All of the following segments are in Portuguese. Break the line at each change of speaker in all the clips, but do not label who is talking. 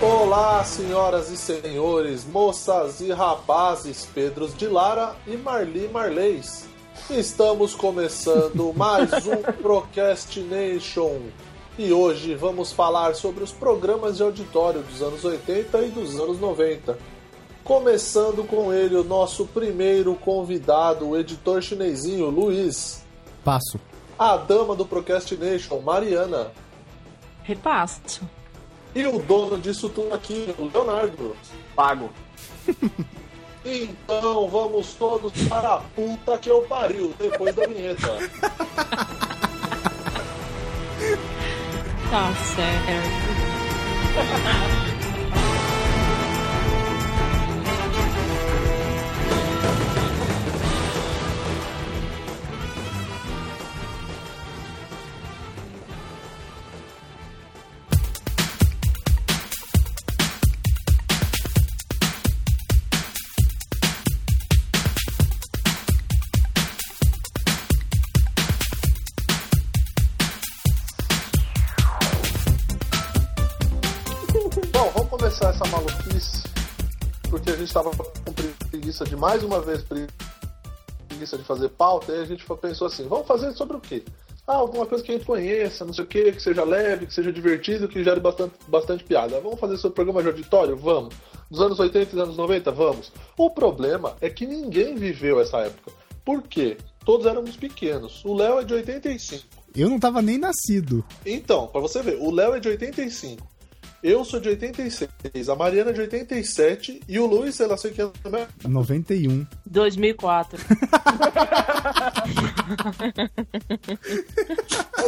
Olá, senhoras e senhores, moças e rapazes, Pedros de Lara e Marli Marleis. Estamos começando mais um Procrastination. E hoje vamos falar sobre os programas de auditório dos anos 80 e dos anos 90. Começando com ele, o nosso primeiro convidado, o editor chinesinho Luiz.
Passo.
A dama do Procrastination, Mariana.
Repasso.
E o dono disso tudo aqui, o Leonardo.
Pago.
Então vamos todos para a puta que eu pariu depois da vinheta.
Tá certo.
Bom, vamos começar essa maluquice, porque a gente tava com preguiça de mais uma vez pre- preguiça de fazer pauta, e a gente foi- pensou assim, vamos fazer sobre o quê? Ah, alguma coisa que a gente conheça, não sei o quê, que seja leve, que seja divertido, que gere bastante, bastante piada. Vamos fazer sobre programa de auditório? Vamos. Dos anos 80 e dos anos 90? Vamos. O problema é que ninguém viveu essa época. Por quê? Todos éramos pequenos. O Léo é de 85.
Eu não tava nem nascido.
Então, pra você ver, o Léo é de 85. Eu sou de 86, a Mariana é de 87 e o Luiz, sei lá, sei que é também.
91.
2004.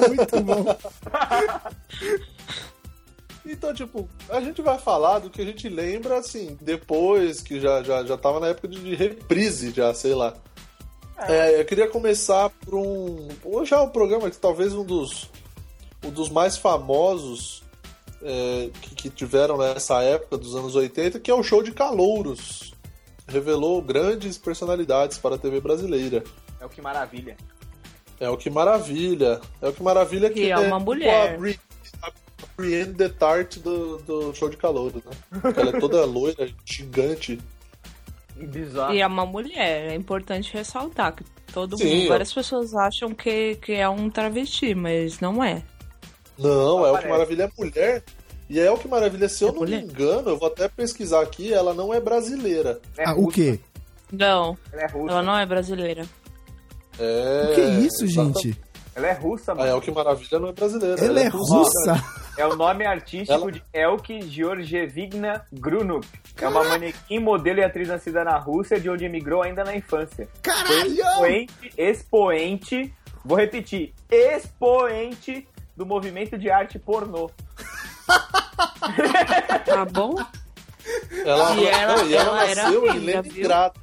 Muito bom.
Então, tipo, a gente vai falar do que a gente lembra, assim, depois, que já, já, já tava na época de, de reprise, já, sei lá. É, eu queria começar por um. Hoje é o programa que talvez um dos, um dos mais famosos é, que, que tiveram nessa época dos anos 80, que é o show de calouros. Revelou grandes personalidades para a TV brasileira.
É o que maravilha.
É o que maravilha. É o que maravilha que
E é uma
tipo
mulher.
A Bri- a Brienne de Tarte do, do show de calor, né? Ela é toda loira, gigante.
E bizarro.
E é uma mulher. É importante ressaltar que todo
Tá. Sim,
mundo.
eu-
Várias pessoas acham que, que é um travesti, mas não é.
Não, é o que
Aparece.
maravilha é mulher. E é o que maravilha, se eu
É
não
mulher.
me engano, eu vou até pesquisar aqui, ela não é brasileira.
Ela é
Ah, o
russa,
quê?
Não,
Ela é russa.
ela não é brasileira.
É.
O que é isso,
exatamente.
gente?
Ela é russa,
Ah, é
mano.
o que maravilha não é brasileira.
Ela é
cruzada.
russa?
É o nome artístico
Ela-
de Elke Georgievigna Grunup. É uma manequim, modelo e atriz nascida na Rússia, de onde emigrou ainda na infância.
Caralho!
Expoente, expoente, vou repetir, expoente do movimento de arte pornô.
Tá bom?
Ela,
E ela-
não, e ela
ela era
nasceu em
amiga, viu?
Leningrado.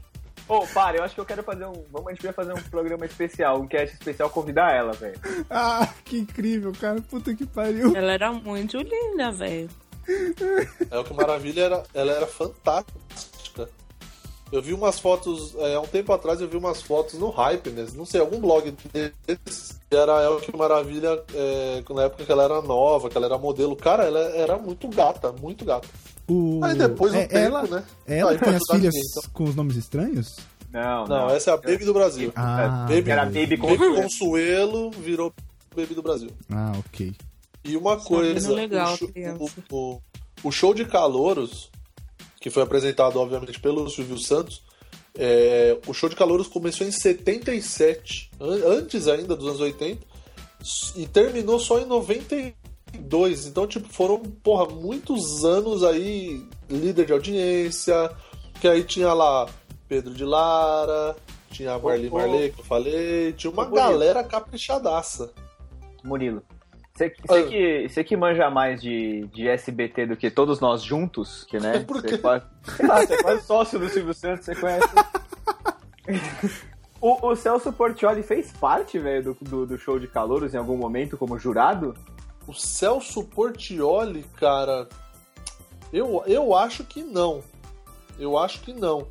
Ô, para, eu acho que eu quero fazer um. Vamos, a gente vai fazer um programa especial, um cast especial, convidar ela, velho.
Ah, que incrível, cara. Puta que pariu.
Ela era muito linda, velho.
É o que maravilha era, ela era fantástica. Eu vi umas fotos, é, há um tempo atrás eu vi umas fotos no Hypeness, não sei, algum blog desses, que era El que Maravilha, é, na época que ela era nova, que ela era modelo. Cara, ela era muito gata, muito gata.
O...
Aí depois um
é,
tempo,
ela,
né?
ela
Aí
tem
pra
as
ajudar
filhas
ninguém, então.
com os nomes estranhos?
Não,
Não, essa é a Baby do Brasil.
Ah,
Baby-
Era
beleza.
Baby
Baby
Consuelo.
Consuelo virou Baby do Brasil.
Ah, ok.
E uma coisa,
é um legal,
o, show,
criança.
o- o- o show de calouros, que foi apresentado, obviamente, pelo Silvio Santos, é, o show de calouros começou em 77, an- antes ainda dos anos 80, s- e terminou só em 92. Então, tipo, foram, porra, muitos anos aí, líder de audiência, que aí tinha lá Pedro de Lara, tinha a Marli
Ô, ô.
Marley, que eu falei, tinha uma
Ô, bonito.
galera caprichadaça.
Murilo. Você
Oi.
que, você que manja mais de, de SBT do que todos nós juntos, que né?
Por
você
quê?
é quase- sei lá, você é quase sócio do Silvio Santos, você conhece. o, o Celso Portioli fez parte, velho, do, do, do show de calouros em algum momento como jurado?
O Celso Portioli, cara, eu, eu acho que não. Eu acho que não.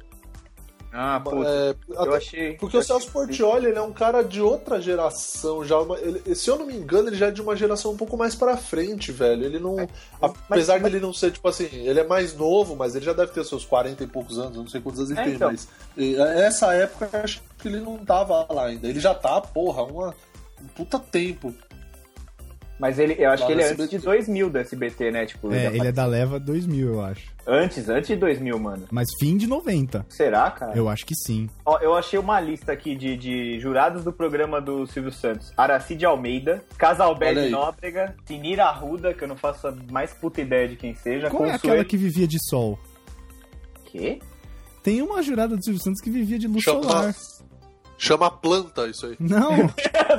Ah, puta.
É,
Eu
até-
achei.
porque o Celso Portioli ele é um cara de outra geração já. uma- ele- se eu não me engano, ele já é de uma geração um pouco mais pra frente, velho. Ele não. apesar dele não ser, tipo assim, ele é mais novo, mas ele já deve ter seus 40 e poucos anos, eu não sei quantos anos ele
É,
tem,
então.
mas. e, é, Essa época eu acho que ele não tava lá ainda. Ele já tá, porra, uma, um puta tempo.
Mas ele, eu acho
Lá
que ele é
no
antes de
SBT.
2000 do SBT, né? Tipo, já
É,
faz-
ele é da leva 2000, eu acho.
antes, antes de 2000, mano.
Mas fim de 90.
Será, cara?
Eu acho que sim.
Ó, eu achei uma lista aqui de, de jurados do programa do Silvio Santos. Aracide Almeida,
Olha
Casalberto
aí.
Nóbrega, Sinira Arruda, que eu não faço a mais puta ideia de quem seja.
Qual é aquela
Consuelo...
que vivia de sol?
Quê?
Tem uma jurada do Silvio Santos que vivia de luz
Chama,
solar.
chama planta isso aí.
Não,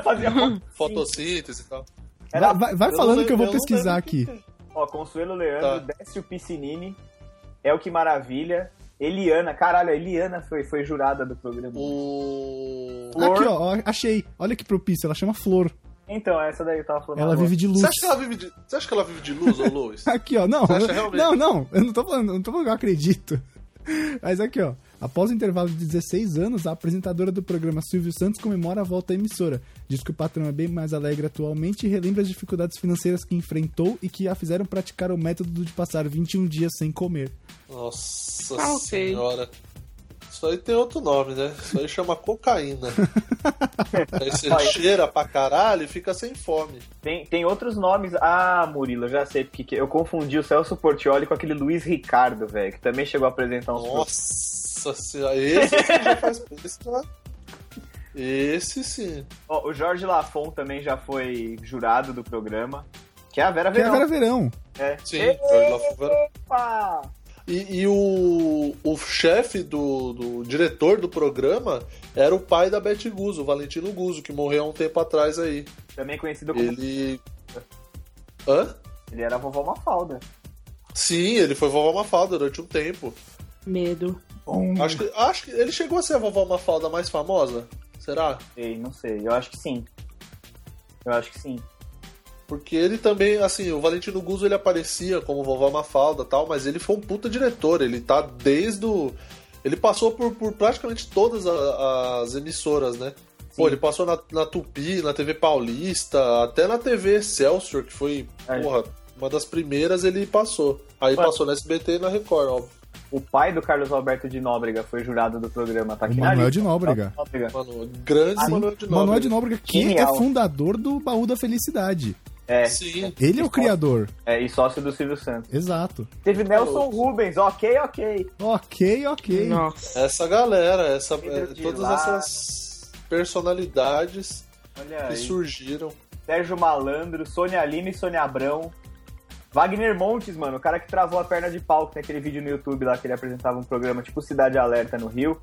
Fazia uma-
Fotossíntese e tal.
Era-
Hum, vai, vai- vai
Eu
falando
não-
que eu vou
eu não
pesquisar
lembro
aqui.
Ó, Consuelo Leandro,
Tá.
Décio Piscinini, É o Que Maravilha, Eliana. Caralho, a Eliana foi, foi jurada do programa.
O.
Flor.
Aqui, ó, ó, achei. Olha que propício, ela chama Flor.
Então, essa daí eu tava falando.
Ela
agora.
vive de luz.
Você acha que ela vive de, você acha que ela vive de luz, ô Luiz?
Aqui, ó. Não,
Você acha
eu-
realmente?
não, não. Eu não tô falando, não tô falando que eu acredito. Mas aqui, ó. Após o intervalo de 16 anos, a apresentadora do programa Silvio Santos comemora a volta à emissora. Diz que o patrão é bem mais alegre atualmente e relembra as dificuldades financeiras que enfrentou e que a fizeram praticar o método de passar 21 dias sem comer.
Nossa
Ah, ok.
senhora. Isso aí tem outro nome, né? Isso aí chama cocaína. aí você cheira pra caralho e fica sem fome.
Tem, tem outros nomes. Ah, Murilo, eu já sei porque que- eu confundi o Celso Portioli com aquele Luiz Ricardo, velho, que também chegou a apresentar uns programas.
Nossa senhora. Esse sim já faz esse, lá. esse sim.
Ó, o Jorge Lafon também já foi jurado do programa. Que é a Vera
Que
Verão.
era verão.
É.
Sim, Jorge Lafon.
Epa!
E, e o, o chefe do, do diretor do programa era o pai da Betty Guzzo, o Valentino Guzzo, que morreu há um tempo atrás aí.
Também conhecido como. Ele,
Ele. Hã?
era a vovó Mafalda.
Sim, ele foi vovó Mafalda durante um tempo.
Medo.
Bom,
Acho que, acho que ele chegou a ser a vovó Mafalda mais famosa. Será?
Ei, não sei. Eu acho que sim. Eu acho que sim.
Porque ele também, assim, o Valentino Guzzo ele aparecia como vovó Mafalda e tal, mas ele foi um puta diretor. Ele tá desde o. Ele passou por, por praticamente todas a- as emissoras, né? Pô, ele passou na, na Tupi, na TV Paulista, até na TV Excelsior, que foi,
É.
porra, uma das primeiras ele passou. Aí
Ué.
passou na SBT e na Record, óbvio.
O pai do Carlos Alberto de Nóbrega foi jurado do programa. Tá
o
aqui na
Manuel
lista.
de Nóbrega.
Nóbrega.
Mano, grande
Sim.
Manuel de
Manuel
Nóbrega.
de Nóbrega, que
Genial.
é fundador do Baú da Felicidade.
É,
Sim.
Ele é o criador.
é, e sócio do Silvio Santos.
Exato.
Teve
Tá
Nelson Rubens, ok, ok.
Ok, ok.
Nossa.
Essa galera, essa,
Líder
eh,
de
todas
lá.
essas personalidades
Olha
que
aí.
surgiram.
Sérgio Malandro, Sônia Lima e Sônia Abrão. Wagner Montes, mano, o cara que travou a perna de pau, que tem aquele vídeo no YouTube lá que ele apresentava um programa tipo Cidade Alerta no Rio.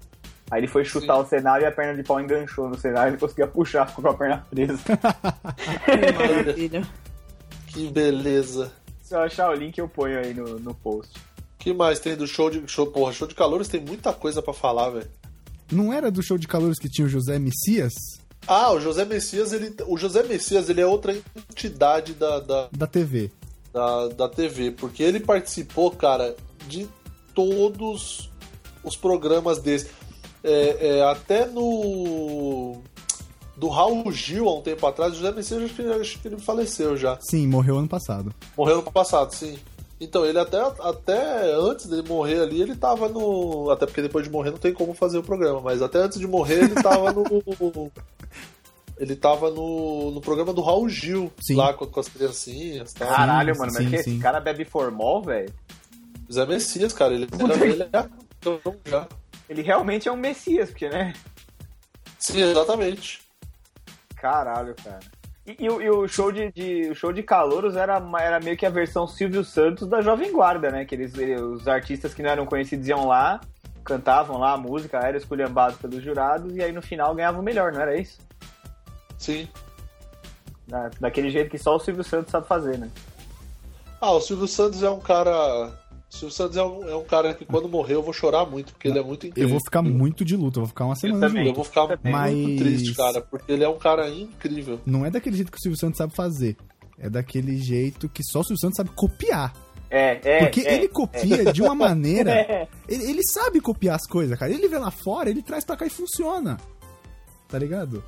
Aí ele foi chutar
Sim.
o cenário e a perna de pau enganchou no cenário, ele conseguia puxar, ficou com a perna presa.
é
Que maravilha.
Que beleza.
Se eu achar o link, eu ponho aí no, no post.
que mais tem do show de show, porra, show de calores tem muita coisa pra falar, velho.
Não era do show de calores que tinha o José Messias?
Ah, o José Messias, ele o José Messias, ele é outra entidade da, da,
Da TV.
da, da TV, porque ele participou, cara, de todos os programas desse. É, é, até no do Raul Gil há um tempo atrás, o José Messias acho que, acho que ele faleceu já.
Sim, morreu ano passado.
Morreu no passado, sim. Então, ele até, até antes dele morrer ali, ele tava no. Até porque depois de morrer não tem como fazer o programa, mas até antes de morrer ele tava no. ele tava no, no programa do Raul Gil,
Sim.
lá com, com as criancinhas e tal.
Caralho, mano, mas
sim,
que esse
sim.
cara bebe formol, velho?
Zé Messias, cara, ele era ele era então, já.
Ele realmente é um messias, porque, né?
Sim, exatamente.
Caralho, cara. E, e o- e o show de, de- o show de calouros era, ma- era meio que a versão Silvio Santos da Jovem Guarda, né? Que eles, ele- os artistas que não eram conhecidos iam lá, cantavam lá a música, era esculhambado pelos jurados, e aí no final ganhava o melhor, não era isso?
Sim.
Da- daquele jeito que só o Silvio Santos sabe fazer, né?
Ah, o Silvio Santos é um cara. O Silvio Santos é um, é um cara que quando morrer eu vou chorar muito, porque ele é muito
Eu
incrível.
vou ficar muito de luto, eu vou ficar uma semana de
também.
Eu
luto.
vou ficar
Mas-
muito triste, cara, porque ele é um cara incrível.
Não é daquele jeito que o Silvio Santos sabe fazer. É daquele jeito que só o Silvio Santos sabe copiar.
É, é.
Porque
é,
ele copia de uma maneira.
É.
Ele, ele sabe copiar as coisas, cara. Ele vê lá fora, ele traz pra cá e funciona. Tá ligado?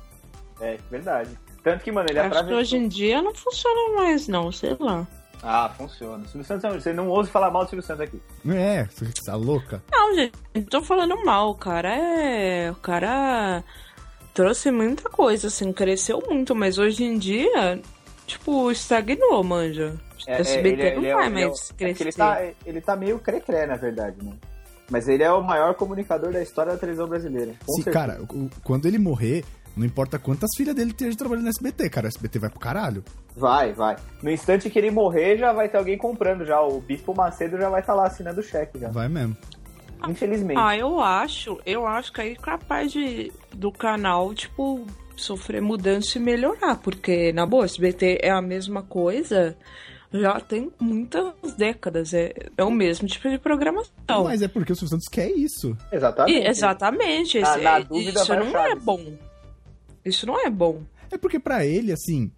É, verdade. Tanto que, mano, ele
Acho que
atravessou.
hoje em dia não funciona mais, não, sei lá.
Ah, funciona. O Silvio Santos, é um- você não ousa falar mal do Silvio Santos aqui.
É, você tá louca?
Não, gente, não tô falando mal. O cara é. O cara trouxe muita coisa, assim, cresceu muito, mas hoje em dia, tipo, estagnou, manja.
É,
SBT
é, ele-
não
ele é-
vai
ele é-
mais
é que
crescer.
ele, tá, ele tá meio crecré, na verdade, né? Mas ele é o maior comunicador da história da televisão brasileira. Com
Se,
certeza.
cara, o- quando ele morrer, não importa quantas filhas dele estejam trabalhando no SBT, cara, o SBT vai pro caralho.
Vai, vai. No instante que ele morrer, já vai ter alguém comprando já. O Bispo Macedo já vai estar lá assinando o cheque já.
Vai mesmo.
Infelizmente.
Ah, eu acho, eu acho que aí é capaz de do canal, tipo, sofrer mudança e melhorar, porque na boa, SBT é a mesma coisa. Já tem muitas décadas, é, é o mesmo tipo de programação.
Mas é porque o Silvio Santos quer isso.
Exatamente.
E- exatamente.
Na-
esse-
na dúvida,
isso
vai
não é
Chaves.
bom. Isso não é bom.
É porque pra ele, assim,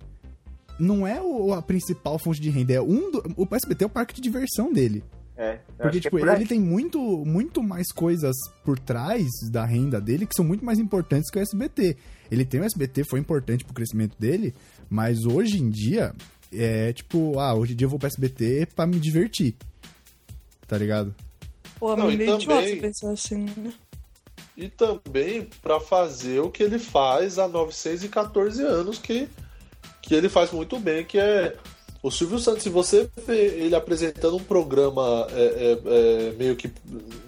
não é o- a principal fonte de renda, é um do, o SBT é o parque de diversão dele.
É, eu
Porque,
acho que é
tipo,
por aí.
ele tem muito, muito mais coisas por trás da renda dele que são muito mais importantes que o SBT. Ele tem o SBT, foi importante pro crescimento dele, mas hoje em dia é tipo, ah, hoje em dia eu vou pro SBT pra me divertir. Tá ligado?
Pô,
Não,
não,
e
é idiota
também-
pensar assim. né?
E também pra fazer o que ele faz há 914 e 14 anos, que, que ele faz muito bem, que é. O Silvio Santos, se você vê ele apresentando um programa é, é, é, meio que.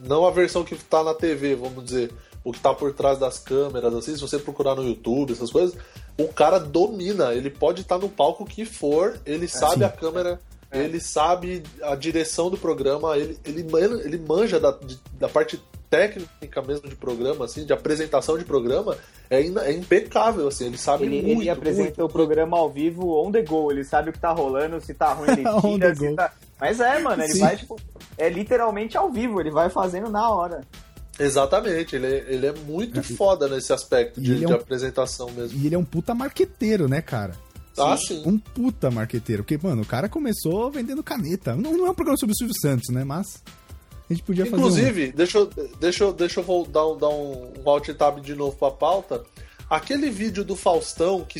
Não a versão que tá na TV, vamos dizer, o que tá por trás das câmeras, assim, se você procurar no YouTube, essas coisas, o cara domina, ele pode estar no palco que for, ele sabe
sim.
a câmera, ele sabe a direção do programa, ele, ele, man- ele manja da, de- da parte técnica mesmo de programa, assim, de apresentação de programa, é, ina- é impecável, assim, ele
tá
sabe
Ele,
muito.
ele apresenta
muito.
o programa ao vivo on the go, ele sabe o que tá rolando, se tá ruim ele
On the
tira, se
go.
tá... Mas é, mano, ele
Sim.
vai, tipo, é literalmente ao vivo, ele vai fazendo na hora.
Exatamente, ele é, ele é muito foda nesse aspecto
E
de,
ele é
de
um-
apresentação mesmo.
E ele é um puta marqueteiro, né, cara?
Ah, sim.
Um puta marqueteiro. Porque, mano, o cara começou vendendo caneta. Não, não é um programa sobre o Silvio Santos, né? Mas a gente podia fazer. um-
Inclusive, deixa eu, deixa eu, deixa eu vou dar um, dar um, um alt tab de novo pra pauta. Aquele vídeo do Faustão que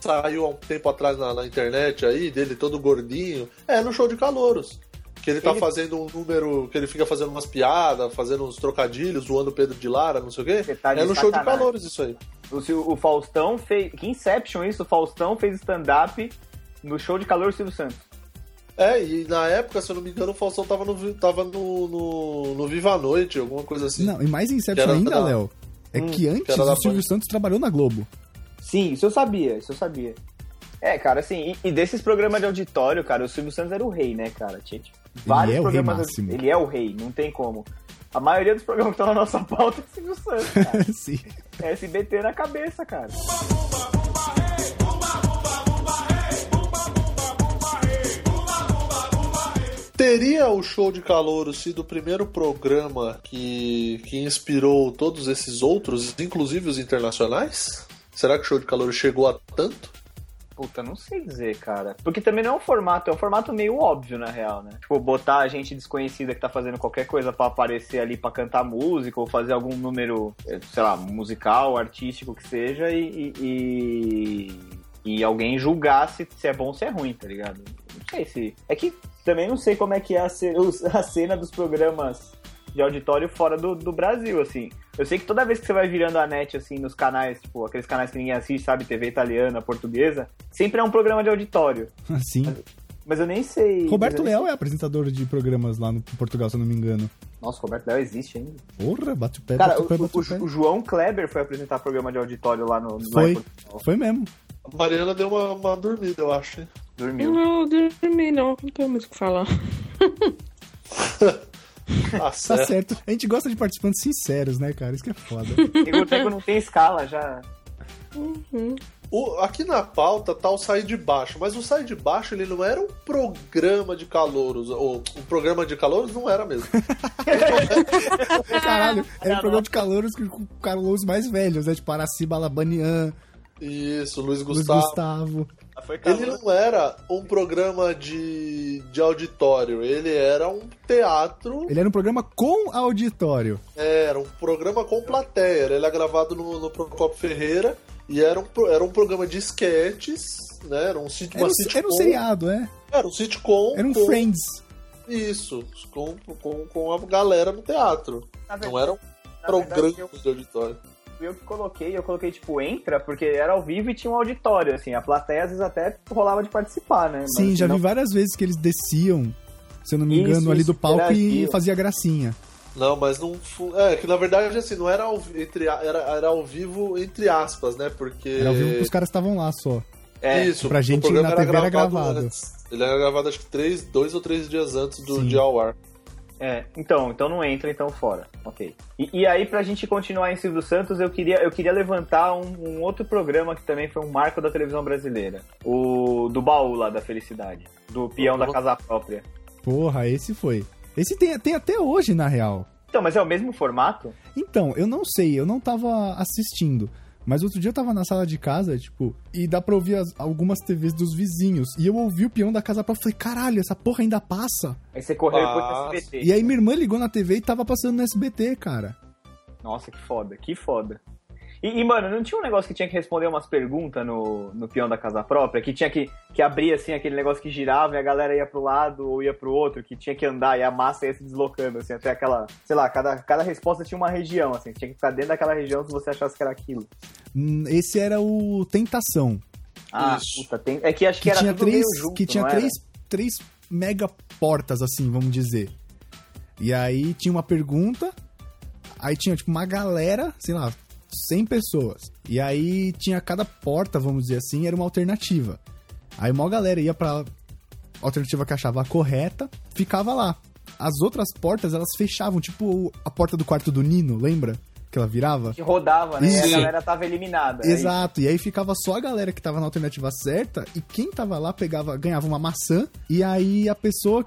saiu há um tempo atrás na, na internet aí, dele todo gordinho, é no show de calouros. Que ele tá
Ele-
fazendo um número, que ele fica fazendo umas piadas, fazendo uns trocadilhos, zoando o Pedro de Lara, não sei o
Você
quê.
tá de
é no show de
sacanagem.
calouros isso aí.
O, Sil- o Faustão fez. Que Inception isso? O Faustão fez stand-up no show de calor do Silvio Santos.
É, e na época, se eu não me engano, o Faustão tava no, vi- tava no, no, no Viva a Noite, alguma coisa assim.
Não, e mais Inception
Que era
ainda,
da-
Léo. É
Hum,
que antes
que era da
o Silvio
Band.
Santos trabalhou na Globo.
Sim, isso eu sabia, isso eu sabia. É, cara, assim, e, e desses programas de auditório, cara, o Silvio Santos era o rei, né, cara? Tinha tinha vários
é o rei
programas.
máximo.
Ele é o rei, não tem como. A maioria dos programas que estão na nossa pauta é Silvio Santos, cara.
Sim.
É SBT na cabeça, cara.
Teria o show de calouro sido o primeiro programa que, que inspirou todos esses outros, inclusive os internacionais? Será que o show de calouro chegou a tanto?
Puta, não sei dizer, cara. Porque também não é um formato, é um formato meio óbvio, na real, né? Tipo, botar a gente desconhecida que tá fazendo qualquer coisa pra aparecer ali pra cantar música ou fazer algum número, eh, sei lá, musical, artístico que seja e. e, e- e alguém julgar se, se é bom ou se é ruim, tá ligado? Não sei se. É que também não sei como é que é a cena, os- a cena dos programas de auditório fora do, do Brasil, assim. Eu sei que toda vez que você vai virando a net, assim, nos canais, tipo, aqueles canais que ninguém assiste, sabe? TV italiana, portuguesa, sempre é um programa de auditório.
Assim.
Mas eu nem sei.
Roberto
mas eu nem
Leal é apresentador de programas lá no em Portugal, se eu não me engano.
sei- Nossa, Roberto Léo existe ainda.
Porra, bate o pé,
Cara,
bate o
o,
pé,
o-
bate o pé.
o- o João Kleber foi apresentar programa de auditório lá no. Lá
Foi.
em Portugal.
Foi mesmo.
A Mariana deu uma, uma dormida, eu acho. hein?
Dormiu.
Não, eu dormi, não, não tenho muito o que falar.
Tá
Tá
certo.
certo. A gente gosta de participantes sinceros, né, cara? Isso que é foda.
o Tego não tem escala já.
O- aqui na pauta tá o Sai de Baixo, mas o Sai de Baixo ele não era um programa de calouros, ou um programa de calouros não era mesmo.
é Caralho, era um programa de calouros com com calouros mais velhos, né? Tipo Araci Balabanian,
Isso, Luiz
Luiz
Gustavo.
Gustavo.
Foi
Ele
calor.
não era um programa de, de auditório, ele era um teatro,
Ele era um programa com auditório.
era um programa com plateia. Ele era gravado no, no Procopio Ferreira e era um, pro- era um programa de esquetes, né? Era um, sit-
Era
uma
um,
sitcom.
era um seriado, é.
Era um sitcom.
Era um
com- É,
Friends.
Isso, com, com, com a galera no teatro.
Na verdade,
Não era um
na
programa
verdade, eu-
de auditório.
eu que coloquei, eu coloquei tipo entra, porque era ao vivo e tinha um auditório, assim, a plateia às vezes até rolava de participar, né? Mas,
Sim, já
não,
vi várias vezes que eles desciam, se eu não me
Isso,
engano, ali
isso,
do palco e
interagiam.
fazia gracinha.
Não, mas não. fu- É, que na verdade, assim, não era ao, vi- entre, a- era, era ao vivo, entre aspas, né? Porque.
Era ao vivo que os caras estavam lá só.
É,
Isso,
pra
o
gente
programa
na TV era gravado.
antes. Ele era gravado acho que três, dois ou três dias antes do
Sim.
dia ao ar.
é, então, então não entra, então fora. Ok. E, e aí, pra gente continuar em Silvio Santos, eu queria, eu queria levantar um, um outro programa que também foi um marco da televisão brasileira. O do baú lá da felicidade. Do peão da casa própria.
Porra, esse foi. Esse tem, tem até hoje, na real.
Então, mas é o mesmo formato?
Então, eu não sei, eu não tava assistindo. Mas outro dia eu tava na sala de casa, tipo, e dá pra ouvir as- algumas TVs dos vizinhos. E eu ouvi o peão da casa pra falei, caralho, essa porra ainda passa.
Aí você correu e foi
Ah,
pro SBT.
E aí minha irmã ligou na TV e tava passando no SBT, cara.
Nossa, que foda, que foda. E, e, mano, não tinha um negócio que tinha que responder umas perguntas no, no peão da casa própria? Que tinha que, que abrir, assim, aquele negócio que girava e a galera ia pro lado ou ia pro outro, que tinha que andar e a massa ia se deslocando, assim, até aquela... Sei lá, cada, cada resposta tinha uma região, assim, tinha que ficar dentro daquela região se você achasse que era aquilo.
Hum, Esse era o Tentação.
Ah,
Isso.
puta, tem... É que acho que,
Que
era
tinha
tudo
três.
meio junto,
que tinha
não era?
três, três mega portas, assim, vamos dizer. E aí tinha uma pergunta. Aí tinha, tipo, uma galera, sei lá, 100 pessoas. E aí tinha cada porta, vamos dizer assim, era uma alternativa. Aí uma galera ia pra alternativa que achava a correta, ficava lá. As outras portas, elas fechavam, tipo a porta do quarto do Nino, lembra? Que ela virava?
Que rodava, né? E
Isso.
a galera tava eliminada. é aí-
Exato, e aí ficava só a galera que tava na alternativa certa, e quem tava lá pegava, ganhava uma maçã, e aí a pessoa,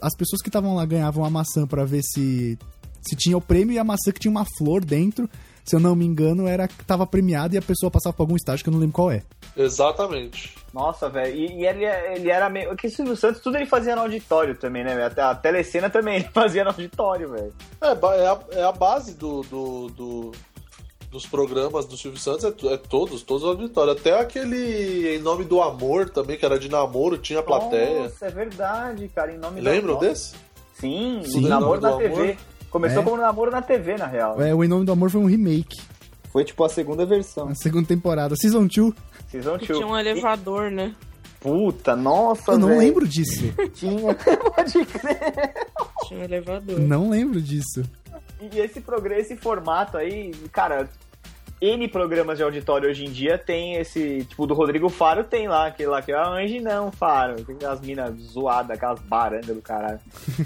as pessoas que estavam lá ganhavam a maçã pra ver se se tinha o prêmio e a maçã que tinha uma flor dentro, se eu não me engano, era que tava premiada e a pessoa passava por algum estágio que eu não lembro qual é.
Exatamente.
Nossa, velho. E, e ele, ele era meio. Que o Silvio Santos, tudo ele fazia no auditório também, né? velho? Até a telecena também ele fazia no auditório, velho.
É, ba- é a, é a base do, do- do- dos programas do Silvio Santos, é, to- é todos, todos os auditórios. Até aquele Em Nome do Amor também, que era de namoro, tinha plateia.
Nossa, é verdade, cara. Em nome
Lembram
da...
desse?
Sim,
Sim.
o namoro
Em nome
na
do
TV.
amor.
Começou
É.
como namoro na TV, na real.
É, o Em Nome do Amor foi um remake,
Foi tipo a segunda versão.
na segunda temporada, Season 2.
Vocês vão
Que tinha um elevador, né?
Puta, nossa,
Eu não
velho.
lembro disso,
Tinha. Pode crer.
Tinha um elevador.
não lembro disso.
E esse programa, esse formato aí, cara. N programas de auditório hoje em dia tem esse, tipo, do Rodrigo Faro tem lá, aquele lá que é a Anji não, Faro. Tem aquelas minas zoadas, aquelas barangas do caralho.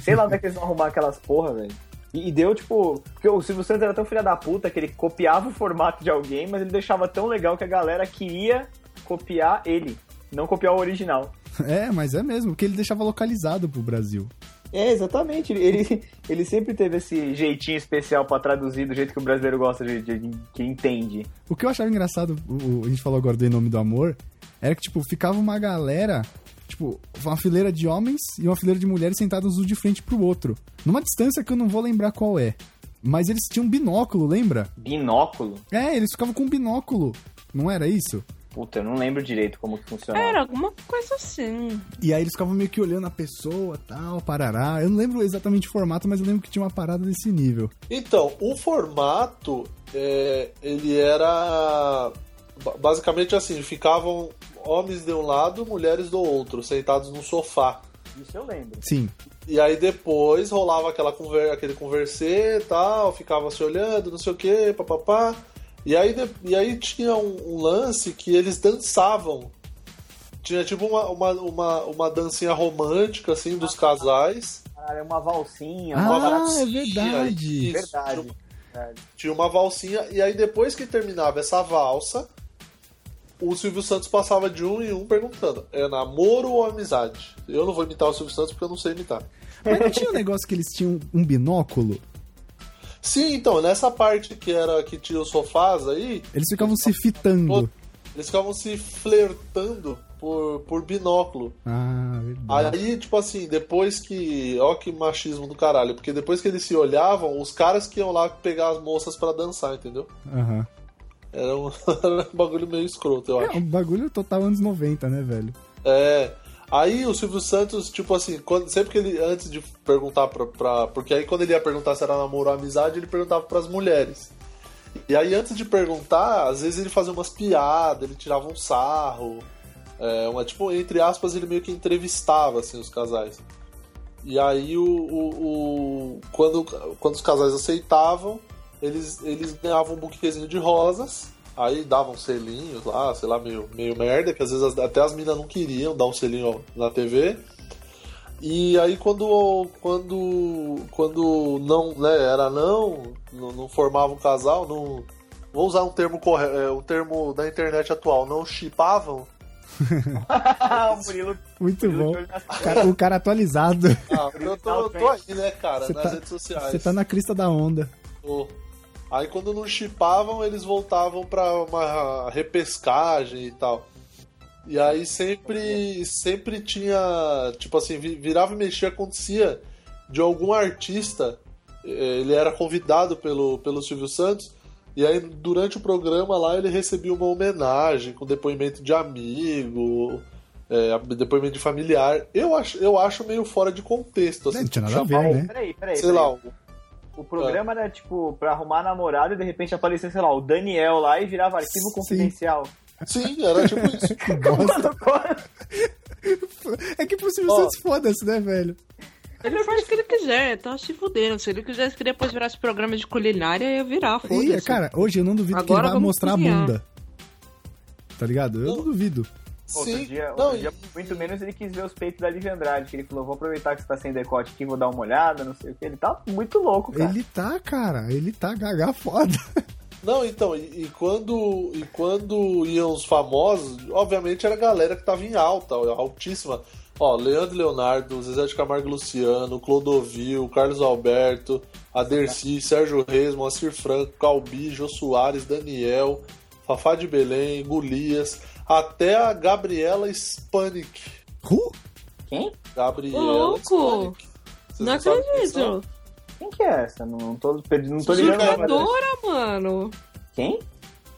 Sei lá onde é que eles vão arrumar aquelas porra, velho. E, e deu, tipo, porque o Silvio Santos era tão filha da puta que ele copiava o formato de alguém, mas ele deixava tão legal que a galera queria copiar ele, não copiar o original.
É, mas é mesmo, porque ele deixava localizado pro Brasil.
É, exatamente. Ele- Ele, ele sempre teve esse jeitinho especial pra traduzir do jeito que o brasileiro gosta de, de- que entende.
O que eu achava engraçado, o- o- a gente falou agora do Em Nome do Amor, era que, tipo, ficava uma galera, tipo, uma fileira de homens e uma fileira de mulheres sentadas um de frente pro outro. Numa distância que eu não vou lembrar qual é. Mas eles tinham um binóculo, lembra?
Binóculo?
É, eles ficavam com binóculo. Não era isso?
Puta, eu não lembro direito como que funcionava.
Era alguma coisa assim.
E aí eles ficavam meio que olhando a pessoa, tal, parará. Eu não lembro exatamente o formato, mas eu lembro que tinha uma parada desse nível.
Então, o formato é, ele era ba- basicamente assim, ficavam homens de um lado, mulheres do outro, sentados num sofá.
Isso eu lembro.
Sim.
E aí depois rolava aquela conver aquele conversê e tal, ficava se olhando, não sei o que, papapá. E aí, de- e aí tinha um, um lance que eles dançavam. Tinha tipo uma, uma, uma, uma dancinha romântica, assim, dos casais.
Cara, é uma valsinha.
Ah,
uma
é
valsinha.
verdade.
Isso,
Verdade.
tinha-
verdade.
Tinha uma valsinha, e aí depois que terminava essa valsa, o Silvio Santos passava de um em um perguntando: é namoro ou amizade? Eu não vou imitar o Silvio Santos porque eu não sei imitar.
Mas não tinha um negócio que eles tinham um binóculo?
Sim, então, nessa parte que era que tinha os sofás aí,
Eles ficavam se fitando.
Eles ficavam se flertando por, por binóculo.
Ah, verdade.
Aí, tipo assim, depois que. Ó, que machismo do caralho. Porque depois que eles se olhavam, os caras que iam lá pegar as moças pra dançar, entendeu?
Aham.
Era um, era um bagulho meio escroto, eu
É
acho.
um bagulho total anos 90, né, velho?
É. Aí o Silvio Santos, tipo assim, quando- sempre que ele. Antes de perguntar pra, pra- Porque aí quando ele ia perguntar se era namoro ou amizade, ele perguntava pras mulheres. E aí antes de perguntar, às vezes ele fazia umas piadas, ele tirava um sarro. É, uma, tipo, entre aspas, ele meio que entrevistava assim, os casais. E aí o. o- o- quando, quando os casais aceitavam, eles, eles ganhavam um buquêzinho de rosas. Aí davam selinhos lá, sei lá, meio, meio merda, que às vezes as- até as minas não queriam dar um selinho na TV. E aí quando quando quando não, né, era não, não, não formava um casal, não vou usar um termo corre, é, um termo da internet atual, não chipavam.
Ah, o Murilo,
Muito
Murilo
bom.
de olho nas
O cara- o cara atualizado.
Ah, eu tô, eu tô aí, né, cara,
Você
nas
tá-
redes sociais.
Você tá na crista da onda.
Tô. Aí quando não chipavam, eles voltavam pra uma repescagem e tal. E aí sempre, sempre tinha, tipo assim, vi- virava e mexia, acontecia de algum artista, eh, ele era convidado pelo, pelo Silvio Santos, e aí durante o programa lá ele recebia uma homenagem com depoimento de amigo, eh, depoimento de familiar. Eu acho, eu acho meio fora de contexto, assim,
Não tinha nada a
chamar
ver,
um-
né?
Peraí, peraí.
sei
peraí.
lá, um-
O programa era tipo pra arrumar namorado e de repente aparecia, sei lá, o Daniel lá e virava arquivo
Sim.
confidencial.
sim, era tipo isso.
Que bosta.
Mano,
É que possível
Ó.
Santos foda-se, né, velho?
Ele faz o que ele quiser, tá se fudendo. Se ele quisesse que depois virasse programa de culinária, ia virar,
Ih,
foda-se.
cara, hoje eu não duvido que
Agora
ele vai
vamos
mostrar
cozinhar.
a bunda. Tá ligado? Eu não
Não.
duvido.
Sim,
outro dia,
não,
outro dia,
e-
muito menos ele quis ver os peitos da Lívia Andrade, que ele falou, vou aproveitar que você tá sem decote aqui, vou dar uma olhada, não sei o que. Ele tá muito louco, cara.
Ele tá, cara, ele tá gaga foda.
Não, então, e, e quando e quando iam os famosos, obviamente era a galera que tava em alta, altíssima. Ó, Leandro e Leonardo, Zezé de Camargo e Luciano, Clodovil, Carlos Alberto, Aderci, Sérgio Reis, Moacir Franco, Calbi, Jô Soares, Daniel, Fafá de Belém, Golias, até a Gabriela Spanik.
Ru?
Quem?
Gabriela
Louco!
Spanik. Vocês
Não
sabem quem são?
acredito.
Quem que é essa? Não, não tô, não tô
é
ligando. agora.
Usurpadora, mano.
Quem?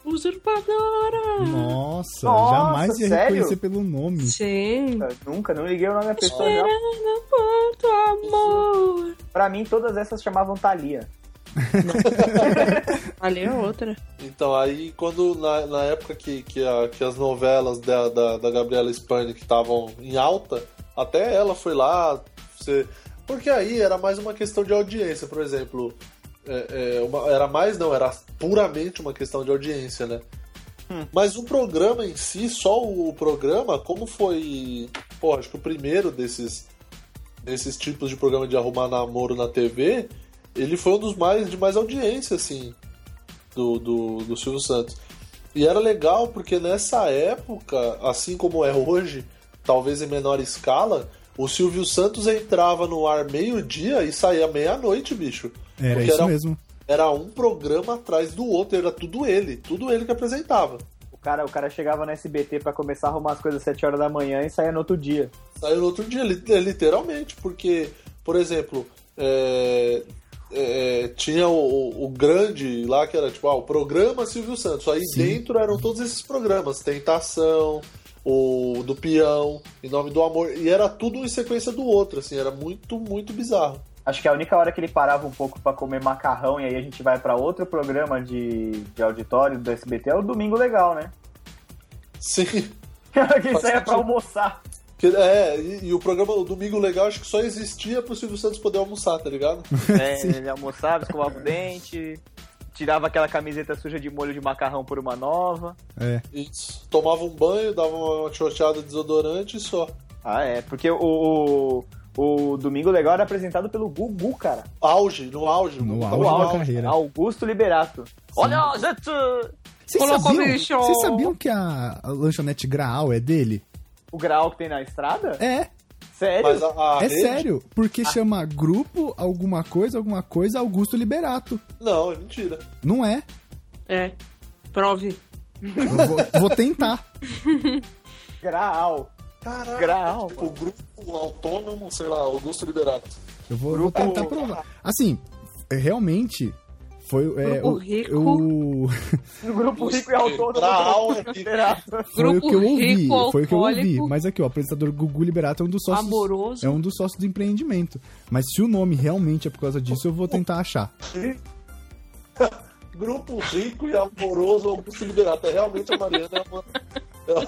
Usurpadora.
Nossa,
Nossa,
jamais ia
sério?
reconhecer pelo
Hum.
nome.
Sim.
Nunca, não liguei o nome
É.
da pessoa. Já.
Esperando por tu amor.
Pra mim, todas essas chamavam Thalia.
Ali é outra.
Então, aí quando na, na época que, que, a- que as novelas da, da, da Gabriela Spanik estavam em alta, até ela foi lá. Você... Porque aí era mais uma questão de audiência, por exemplo. É, é, uma- era mais, não, era puramente uma questão de audiência, né? Mas o programa em si, só o programa, como foi. Pô, acho que o primeiro desses, desses tipos de programa de arrumar namoro na TV, ele foi um dos mais de mais audiência, assim do, do, do Silvio Santos. E era legal porque nessa época, assim como é hoje, talvez em menor escala, o Silvio Santos entrava no ar meio-dia e saía meia-noite, bicho.
Era
Porque
isso
era um-
mesmo.
Era um programa atrás do outro, era tudo ele, tudo ele que apresentava.
O cara, o cara chegava no SBT pra começar a arrumar as coisas às 7 horas da manhã e saía no outro dia.
Saiu no outro dia, li- é, literalmente, porque, por exemplo, é, é, tinha o, o- o grande lá que era tipo ah, o programa Silvio Santos. Aí
Sim.
dentro eram todos esses programas: Tentação, o do Peão, Em Nome do Amor, e era tudo em sequência do outro, assim, era muito, muito bizarro.
Acho que a única hora que ele parava um pouco pra comer macarrão e aí a gente vai pra outro programa de, de auditório do SBT é o Domingo Legal, né?
Sim.
Quem saia pra almoçar.
que- É, e, e o programa o Domingo Legal acho que só existia pro Silvio Santos poder almoçar, tá ligado?
É, ele almoçava, escovava o dente, tirava aquela camiseta suja de molho de macarrão por uma nova.
É.
Isso. Tomava um banho, dava uma choteada de desodorante e só.
Ah, é, porque o, o, o Domingo Legal era apresentado pelo Gugu, cara.
Auge, no auge.
No
tava
auge da carreira.
Augusto Liberato. Olha, gente!
Vocês
Colocou
sabiam,
bicho!
vocês sabiam que a, a lanchonete Graal é dele?
O grau que tem na estrada?
É,
Sério?
Mas a, a
é
rede-
sério. Porque chama Grupo Alguma Coisa, Alguma Coisa Augusto Liberato.
Não, é mentira.
Não é?
É. Prove.
Eu vou, vou tentar.
Graal.
Caraca,
Graal.
tipo, o grupo autônomo, sei lá, Augusto Liberato.
Eu vou, eu vou
Grupo-
tentar provar. Assim, é, realmente, foi é,
Grupo
o,
rico.
o-
No grupo rico
Tipo,
e autônomo.
Graal
do
é rico.
Liberato.
foi o
Grupo
que eu ouvi.
rico,
foi o que eu ouvi.
alcoólico.
Mas aqui, ó, o apresentador Gugu Liberato é um dos sócios.
Amoroso.
É um dos sócios do empreendimento. Mas se o nome realmente é por causa disso, eu vou tentar achar.
Grupo rico e amoroso Augusto Liberato. É realmente a Mariana é uma... é-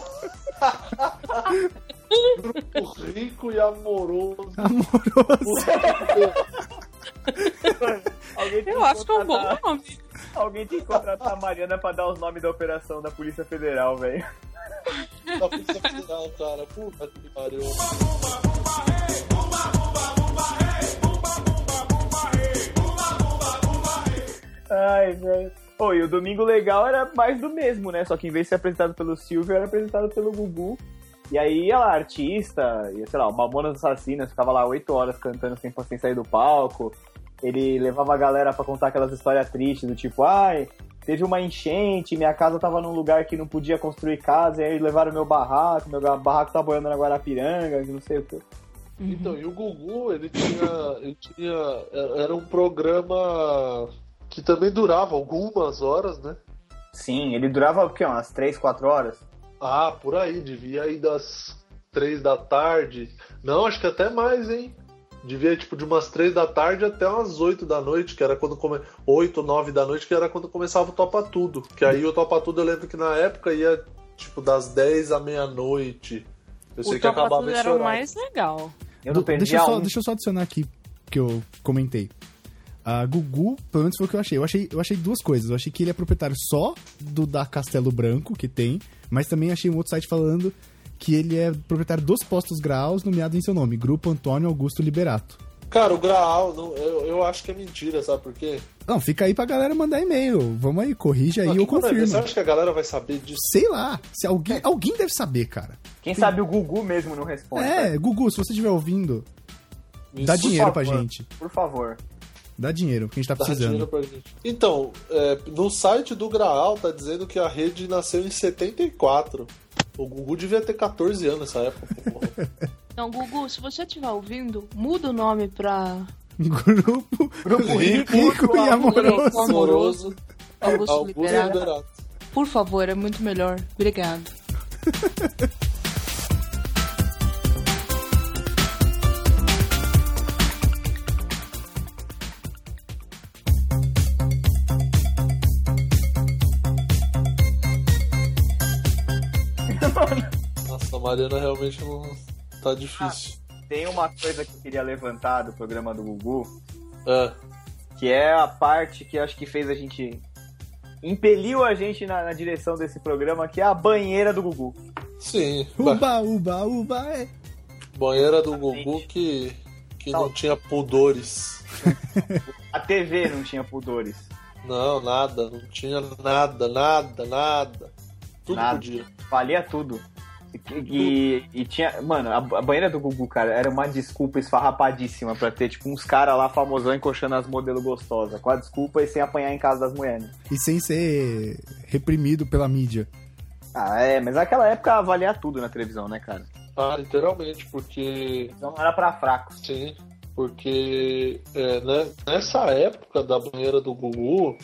Grupo rico e amoroso.
Amoroso.
Alguém tem
Eu acho que é um bom
contratar-
nome.
Alguém tem que contratar a Mariana pra dar os nomes da operação da Polícia Federal, velho.
da Polícia Federal, cara. Puta que pariu.
Ai, velho. Pô, e o Domingo Legal era mais do mesmo, né? Só que em vez de ser apresentado pelo Silvio, era apresentado pelo Gugu. E aí ia lá, artista, ia, sei lá, o Mamonas Assassinas, ficava lá oito horas cantando sem, sem sair do palco. Ele levava a galera pra contar aquelas histórias tristes, do tipo, ai, teve uma enchente, minha casa tava num lugar que não podia construir casa, e aí levaram meu barraco, meu barraco tá boiando na Guarapiranga, que não sei o que.
Uhum.
Então, e o Gugu, ele tinha, ele tinha. Era um programa que também durava algumas horas, né?
Sim, ele durava o quê? Umas três, quatro horas?
Ah, por aí, devia ir das três da tarde. Não, acho que até mais, hein? Devia ir, tipo de umas três da tarde até umas oito da noite, que era quando come... oito, nove da noite, que era quando começava o Topa Tudo. Que aí o Topa Tudo eu lembro que na época ia tipo das 10 à meia-noite. Eu sei
o
que
Topa
acabava
Tudo
esse
era o
horário.
mais legal.
Eu
Du-
não perdi
deixa, eu
a
só,
um.
deixa eu só adicionar aqui que eu comentei. A Gugu, pelo menos foi o que eu achei. eu achei. Eu achei duas coisas. Eu achei que ele é proprietário só do da Castelo Branco, que tem, mas também achei um outro site falando que ele é proprietário dos postos Graus, nomeado em seu nome, Grupo Antônio Augusto Liberato.
Cara, o Graal, não- eu, eu acho que é mentira, sabe por quê?
Não, fica aí pra galera mandar e-mail. Vamos aí, corrige aí
Não,
ou
que maravilha, Você
confirma.
acha que a galera vai saber disso?
Sei lá, se
É.
alguém, alguém deve saber, cara.
Quem sabe o Gugu mesmo não responde. tá? cara.
É, Gugu, se você estiver ouvindo, dá
Por
dinheiro pra
favor,
gente.
Por favor.
Dá dinheiro, porque a gente tá
Dá dinheiro
precisando.
pra gente. Então, é, no site do Graal tá dizendo que a rede nasceu em 74. O Gugu devia ter 14 anos nessa época. porra.
Então, Gugu, se você estiver ouvindo, muda o nome pra
Grupo,
Grupo rico,
rico e amoroso.
Rico Amoroso Augusto
Augusto
Liberato.
Liberato.
Por favor, é muito melhor. Obrigado.
Nossa, a Mariana realmente não tá difícil.
Tem uma coisa que eu queria levantar do programa do Gugu,
É.
que é a parte que eu acho que fez a gente. Impeliu a gente na, na direção desse programa, que é a banheira do Gugu.
Sim. Ba-
Uba, uba, uba, é.
Banheira do Gugu que, que não
Salve.
tinha pudores.
A TV não tinha pudores.
Não, nada. Não tinha nada, nada, nada. Tudo
Nada.
podia.
Valia tudo. E, e- e tinha. Mano, a, a banheira do Gugu, cara, era uma desculpa esfarrapadíssima pra ter, tipo, uns caras lá famosão encoxando as modelos gostosas. Com a desculpa e sem apanhar em casa das mulheres.
E sem ser reprimido pela mídia.
Ah, é, mas naquela época valia tudo na televisão, né, cara?
Ah, literalmente, porque
Então não era pra fracos.
Sim, porque é, né, nessa época da banheira do Gugu,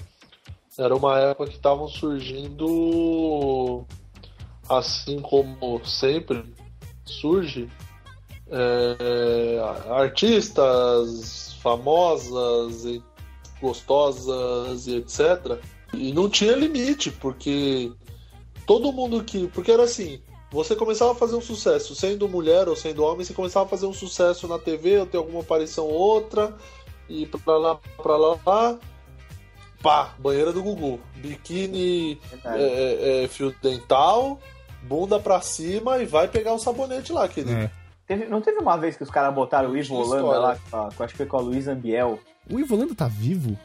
era uma época que estavam surgindo, assim como sempre surge, é, artistas famosas e gostosas e etc. E não tinha limite, porque todo mundo que. Porque era assim, você começava a fazer um sucesso, sendo mulher ou sendo homem, você começava a fazer um sucesso na TV, ou ter alguma aparição ou outra, e pra lá, pra lá, lá. Pá, banheira do Gugu. Biquíni
Verdade.
é, é, fio dental, bunda pra cima e vai pegar o sabonete lá, querido.
É.
Teve- não teve uma vez que os caras botaram o Ivo
Tinha
Holanda
história.
lá, com a- com- acho que foi com a Luiz Ambiel.
O Ivolando tá vivo?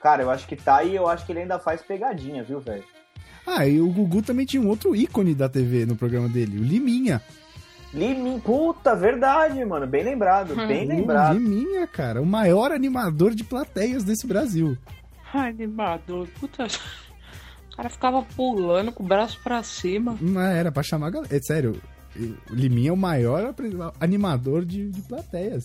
Cara, eu acho que tá e eu acho que ele ainda faz pegadinha, viu, velho?
Ah, e o Gugu também tinha um outro ícone da TV no programa dele, o Liminha.
Limin, puta, verdade, mano. Bem lembrado, bem
O
lembrado.
Liminha, cara, o maior animador de plateias desse Brasil.
Ai, animador. Puta. cara ficava pulando com o braço pra cima.
Não era pra chamar a galera. É sério, o Liminha é o maior apre- animador de, de plateias.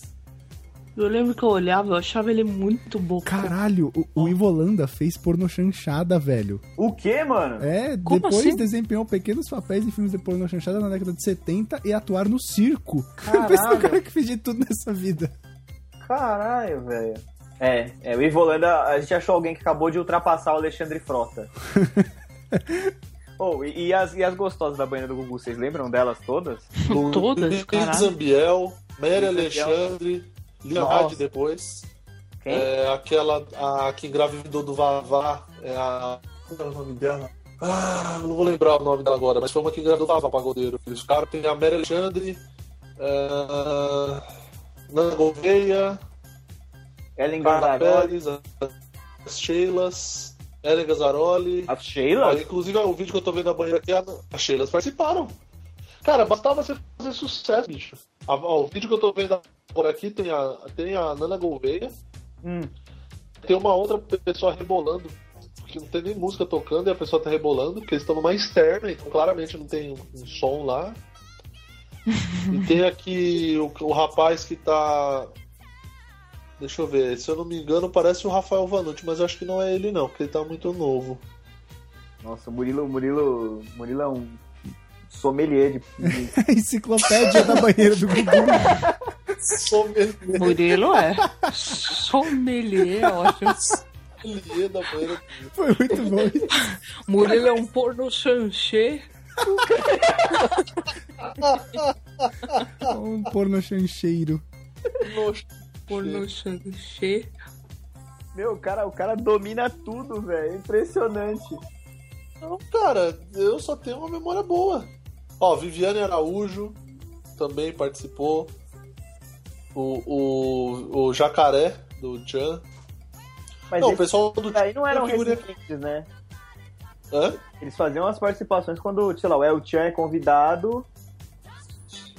Eu lembro que eu olhava, eu achava ele muito bom.
Caralho, o, o Ivolanda fez porno chanchada, velho.
O quê, mano?
É,
Como
depois
assim?
desempenhou pequenos papéis em filmes de porno chanchada na década de 70 e atuar no circo.
Caralho.
Pensa no cara que fez de tudo nessa vida.
Caralho, velho. É, é, o Ivolanda, a gente achou alguém que acabou de ultrapassar o Alexandre Frota. oh, e, e as, e as gostosas da banheira do Gugu, vocês lembram delas todas?
Todas,
Luiz
caralho.
Zambiel, Mary
Luiz
Alexandre, Lia
Nossa.
Hyde depois.
Quem?
É, aquela a, que engravidou do Vavá. É a. Como era o nome dela? Ah, não vou lembrar o nome dela agora, mas foi uma que engravidou do Vavá Pagodeiro. Eles ficaram, tem a Mary Alexandre, ah, Nana Gouveia,
Ellen
Carla
Gondaroli,
Pérez, as Sheilas, Ellen Gazzaroli.
a
Olha,
Sheila?
inclusive, o vídeo que eu tô vendo na banheira aqui, a- as Sheilas participaram. Cara, bastava você fazer sucesso, bicho. A- ó, o vídeo que eu tô vendo agora aqui tem a, tem a Nana Gouveia,
Hum.
tem uma outra pessoa rebolando, que não tem nem música tocando e a pessoa tá rebolando, porque eles estão numa externa, então claramente não tem um, um som lá. e tem aqui o, o rapaz que tá. Deixa eu ver, se eu não me engano, parece o Rafael Vanucci, mas eu acho que não é ele não, porque ele tá muito novo.
Nossa, o Murilo, Murilo, Murilo é um sommelier de... de-
A enciclopédia da banheira do Gugu.
Sou mesmo.
Murilo é. Sommelier, ótimo.
Ele é da banheira.
Foi muito bom. isso.
Murilo é um porno chanchê.
Um porno chancheiro.
Nossa,
Porno chanchê.
Meu, o cara, o cara domina tudo, velho. É Impressionante.
Não, cara, eu só tenho uma memória boa. Ó, Viviane Araújo também participou. O, o, o Jacaré, do Tchan.
Mas
Não, o
esses
pessoal do
aí não eram
eu figurei-
residentes, né?
Hã?
Eles faziam as participações quando, sei lá, o El Chan é convidado.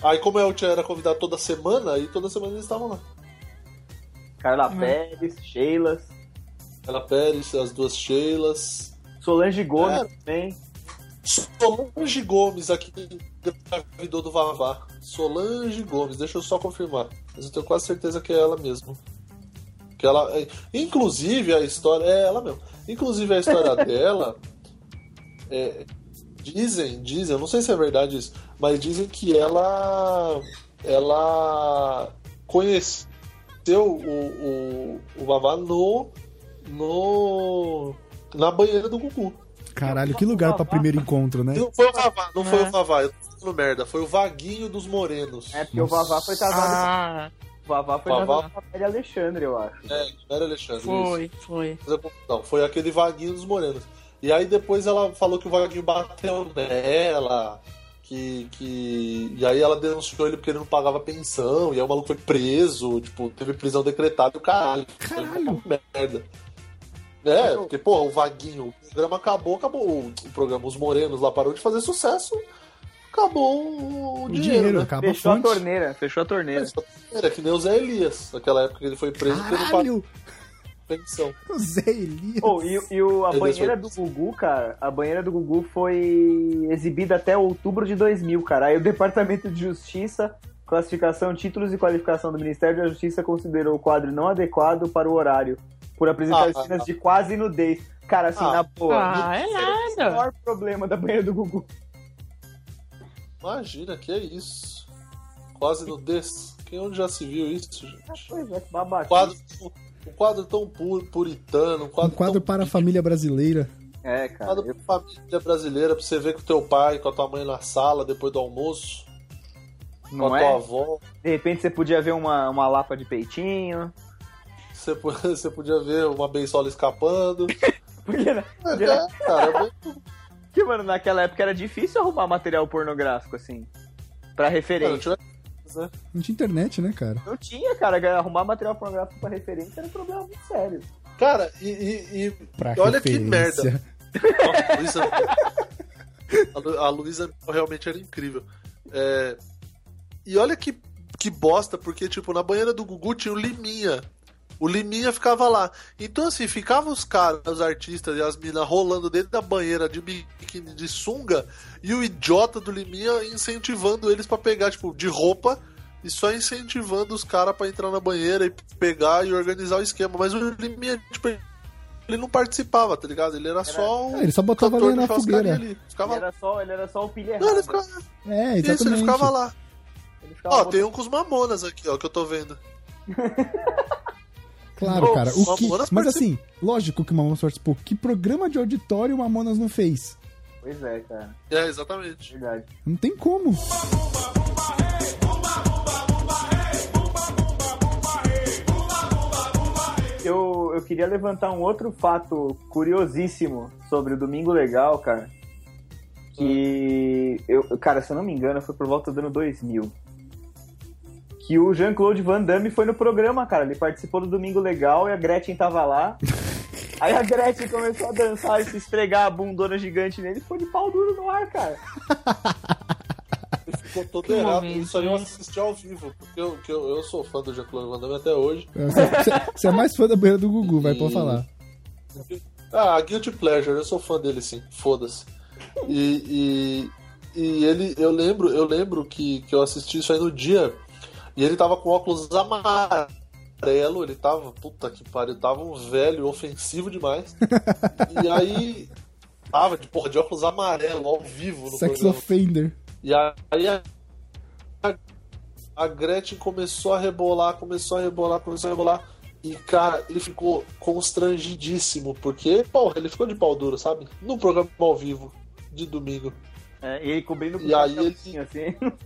Aí, como é, o Tchan era convidado toda semana, aí toda semana eles estavam lá.
Carla
Hum.
Pérez, Sheilas,
Ela Pérez, as duas Sheilas.
Solange Gomes
É.
também.
Solange Gomes, aqui engravidou do Vavá. Solange Gomes, deixa eu só confirmar. Mas eu tenho quase certeza que é ela mesmo. Que ela, é- inclusive a história é ela mesmo. Inclusive a história dela é, dizem, dizem, eu não sei se é verdade isso, mas dizem que ela ela conheceu o, o, o Vavá no no na banheira do Gugu.
Caralho, que lugar pra primeiro encontro, né?
Não foi o Vavá, não foi
É.
o Vavá, eu tô falando merda, foi o Vaguinho dos Morenos.
É, porque o Vavá foi casado.
Ah,
O Vavá foi
Vavá.
casado com a Mary Alexandre, eu acho.
É, não era Alexandre. isso.
foi, foi.
Mas é confusão, foi aquele Vaguinho dos Morenos. E aí depois ela falou que o Vaguinho bateu nela, que, que. E aí ela denunciou ele porque ele não pagava pensão, e aí o maluco foi preso, tipo, teve prisão decretada e o caralho.
Caralho.
Foi uma merda. É, porque, porra, o Vaguinho, o programa acabou, acabou o, o programa, os Morenos lá parou de fazer sucesso, acabou o,
O
dinheiro,
dinheiro,
né?
acaba a
Fechou a
fonte.
torneira, fechou a torneira.
Era que nem o Zé Elias, naquela época que ele um foi preso porque não pagou
Caralho,
pensão.
o Zé Elias.
Pô, e, e o- a
Ele
banheira
foi-
do Gugu, cara, a banheira do Gugu foi exibida até outubro de 2000, cara. Aí o Departamento de Justiça, classificação, títulos e qualificação do Ministério da Justiça considerou o quadro não adequado para o horário, por apresentar
Ah,
cenas
ah, ah.
de quase nudez. Cara, assim,
Ah.
na boa,
Ah, é
o
nada.
maior problema da banheira do Gugu.
Imagina, que é isso. Quase nudez. Quem onde já se viu isso, gente?
Pois é, que
Um
babaca.
quadro, um quadro tão pu- puritano, um
Um
quadro,
quadro
tão
para a família brasileira.
É,
um
cara.
quadro pra família brasileira, pra você ver com teu pai, com a tua mãe na sala depois do almoço,
eu- Não
com a
é?
tua avó.
De repente você podia ver uma, uma lapa de peitinho.
Você, po- você podia ver uma bençola escapando.
Porque, na-
É, cara,
porque, mano, naquela época era difícil arrumar material pornográfico, assim. Pra
eu
referência.
tinha
Não tinha internet, né, cara?
Não tinha, cara. Arrumar material pornográfico pra referência era um problema muito sério.
Cara, e, e- e-
Pra
olha que
referência.
merda. Nossa, a Luísa- a Lu- a Luísa realmente era incrível. É, e olha que, que bosta, porque, tipo, na banheira do Gugu tinha o Liminha. O Liminha ficava lá. Então, assim, ficavam os caras, os artistas e as minas rolando dentro da banheira de biquíni de sunga e o idiota do Liminha incentivando eles pra pegar, tipo, de roupa e só incentivando os caras pra entrar na banheira e pegar e organizar o esquema. Mas o Liminha, tipo, ele não participava, tá ligado? Ele era, só um.
É, ele só botava lenha
de
na
churrascaria
fogueira.
ali. Ficava
Ele era só, ele era só o pilha
Não,
errado.
ele ficava,
É, exatamente.
isso, ele ficava lá.
Ele ficava
Ó,
botando-
tem um com os mamonas aqui, ó, que eu tô vendo.
Claro, cara. O
Mamonas
que...
participa-
Mas assim, lógico que o Mamonas participou. Que programa de auditório o Mamonas não fez?
Pois é, cara.
É, exatamente.
Verdade.
Não tem como.
Eu, eu queria levantar um outro fato curiosíssimo sobre o Domingo Legal, cara. Que, eu, cara, se eu não me engano, foi por volta do ano 2000. Que o Jean-Claude Van Damme foi no programa, cara. Ele participou do Domingo Legal e a Gretchen tava lá. Aí a Gretchen começou a dançar e se esfregar a bundona gigante nele e foi de pau duro no ar, cara.
Ele ficou todo
Que
errado.
momento,
Isso aí eu
hein?
assisti ao vivo, porque eu, que eu, eu sou fã do Jean-Claude Van Damme até hoje.
Você- Você é mais fã da banheira do Gugu, vai pôr
E-
falar.
Ah, Guilty Pleasure, eu sou fã dele sim, foda-se. E, e, e ele, eu lembro, eu lembro que, que eu assisti isso aí no dia, e ele tava com óculos amarelo, ele tava, puta que pariu, tava um velho ofensivo demais. e aí, tava de, porra, de óculos amarelo ao vivo no
Sex
programa.
Offender.
E aí a, a- a Gretchen começou a rebolar, começou a rebolar, começou a rebolar. E, cara, ele ficou constrangidíssimo, porque, porra, ele ficou de pau duro, sabe? No programa ao vivo, de domingo.
É, e ele cobrindo com
E aí ele-
assim, assim.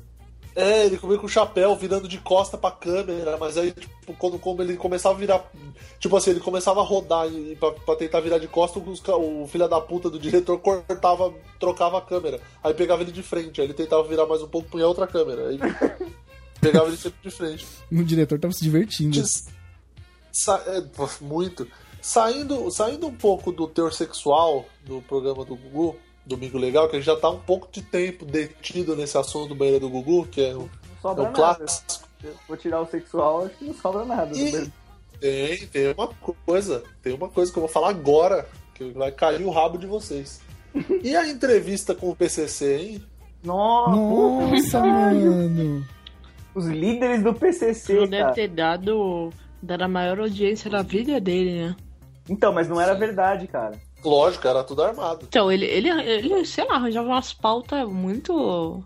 É, ele comia com o chapéu, virando de costa pra câmera, mas aí, tipo, quando, como ele começava a virar. Tipo assim, ele começava a rodar e, pra, pra tentar virar de costa, os ca- o filho da puta do diretor cortava, trocava a câmera. Aí pegava ele de frente, aí ele tentava virar mais um pouco, punha outra câmera. Aí pegava ele sempre de frente.
O diretor tava se divertindo.
Sa- sa- é, pô, muito. Saindo, saindo um pouco do teor sexual do programa do Gugu, Domingo Legal, que a gente já tá um pouco de tempo detido nesse assunto do banheiro do Gugu, que é o,
Não
é
sobra
o
nada.
clássico.
Eu Vou tirar o sexual, acho que não sobra nada.
E- Tem, tem uma coisa, tem uma coisa que eu vou falar agora, que vai cair o rabo de vocês. E a entrevista com o PCC, hein?
Nossa,
Nossa, mano.
os líderes do
Não
PCC,
deve
cara.
ter dado, dado a maior audiência da vida dele, né?
Então, mas não era verdade, cara.
Lógico, era tudo armado.
Então, ele, ele, ele, sei lá, arranjava umas pautas muito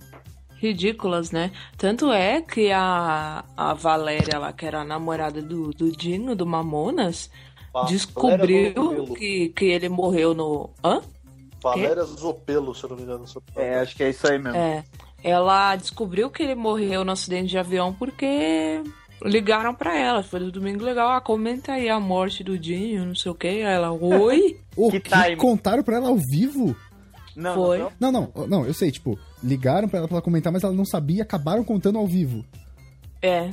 ridículas, né? Tanto é que a, a Valéria, lá, que era a namorada do, do Dino, do Mamonas,
Va- Valéria
descobriu
Zopelo.
que, é? que ele morreu no. Hã?
Valéria Zopelo, se eu não me engano. se eu-
É, acho que é isso aí mesmo.
É. Ela descobriu que ele morreu no acidente de avião porque ligaram pra ela. Foi do domingo legal. Ah, comenta aí a morte do Dinho, não sei o que. Ela, oi?
O que,
Que time.
contaram pra ela ao vivo?
Não,
Foi.
Não,
não,
não, não, eu sei, tipo, ligaram pra ela pra ela comentar, mas ela não sabia, acabaram contando ao vivo.
é,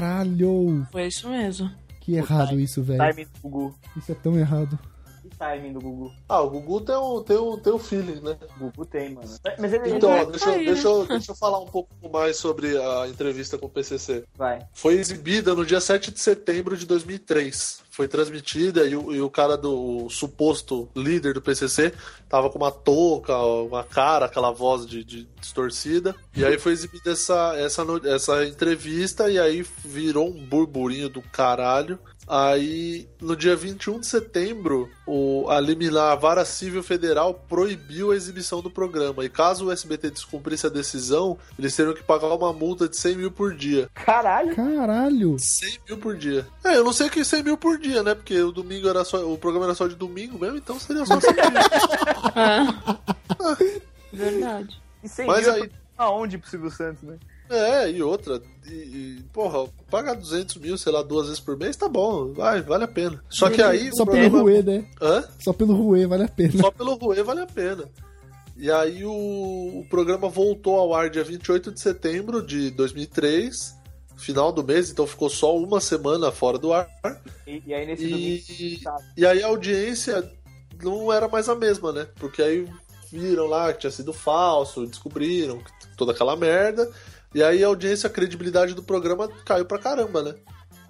Caralho,
foi isso mesmo.
que errado isso,
não.
velho.
Timing do Gugu.
Isso é tão errado.
Que timing do Gugu?
Ah, o Gugu tem o, tem o, tem o feeling, né?
O Gugu tem, mano. Mas ele
Então,
É. vai
ó, deixa, eu-
cair. né?
deixa, eu- deixa eu falar um pouco mais sobre a entrevista com o PCC.
vai.
Foi exibida no dia 7 de setembro de 2003. Foi transmitida e o, e o cara do o suposto líder do PCC tava com uma touca, uma cara, aquela voz de, de distorcida. E aí foi exibida essa, essa, no- essa entrevista e aí virou um burburinho do caralho. Aí, no dia 21 de setembro, o, a liminar, a Vara Civil Federal proibiu a exibição do programa. E caso o SBT descumprisse a decisão, eles teriam que pagar uma multa de 100 mil por dia.
Caralho,
Caralho.
100 mil por dia. É, eu não sei que 100 mil por dia, né? Porque o domingo era só. O programa era só de domingo mesmo, então seria só 100 mil.
Verdade.
e sem
Mas
mil
aí.
aonde pro Silvio Santos, né?
É, e outra. E, e, porra, pagar 200 mil, sei lá, duas vezes por mês, tá bom. Vai, vale a pena. Só que aí.
Só
o
pelo
programa-
ruê, né?
Hã?
Só pelo ruê, vale a pena.
Só pelo Ruê vale a pena. E aí o, o programa voltou ao ar dia 28 de setembro de 2003, final do mês, então ficou só uma semana fora do ar.
E, e aí nesse
E,
domingo. Tá.
e aí a audiência não era mais a mesma, né? Porque aí viram lá que tinha sido falso, descobriram que- toda aquela merda. E aí a audiência, a credibilidade do programa caiu pra caramba, né?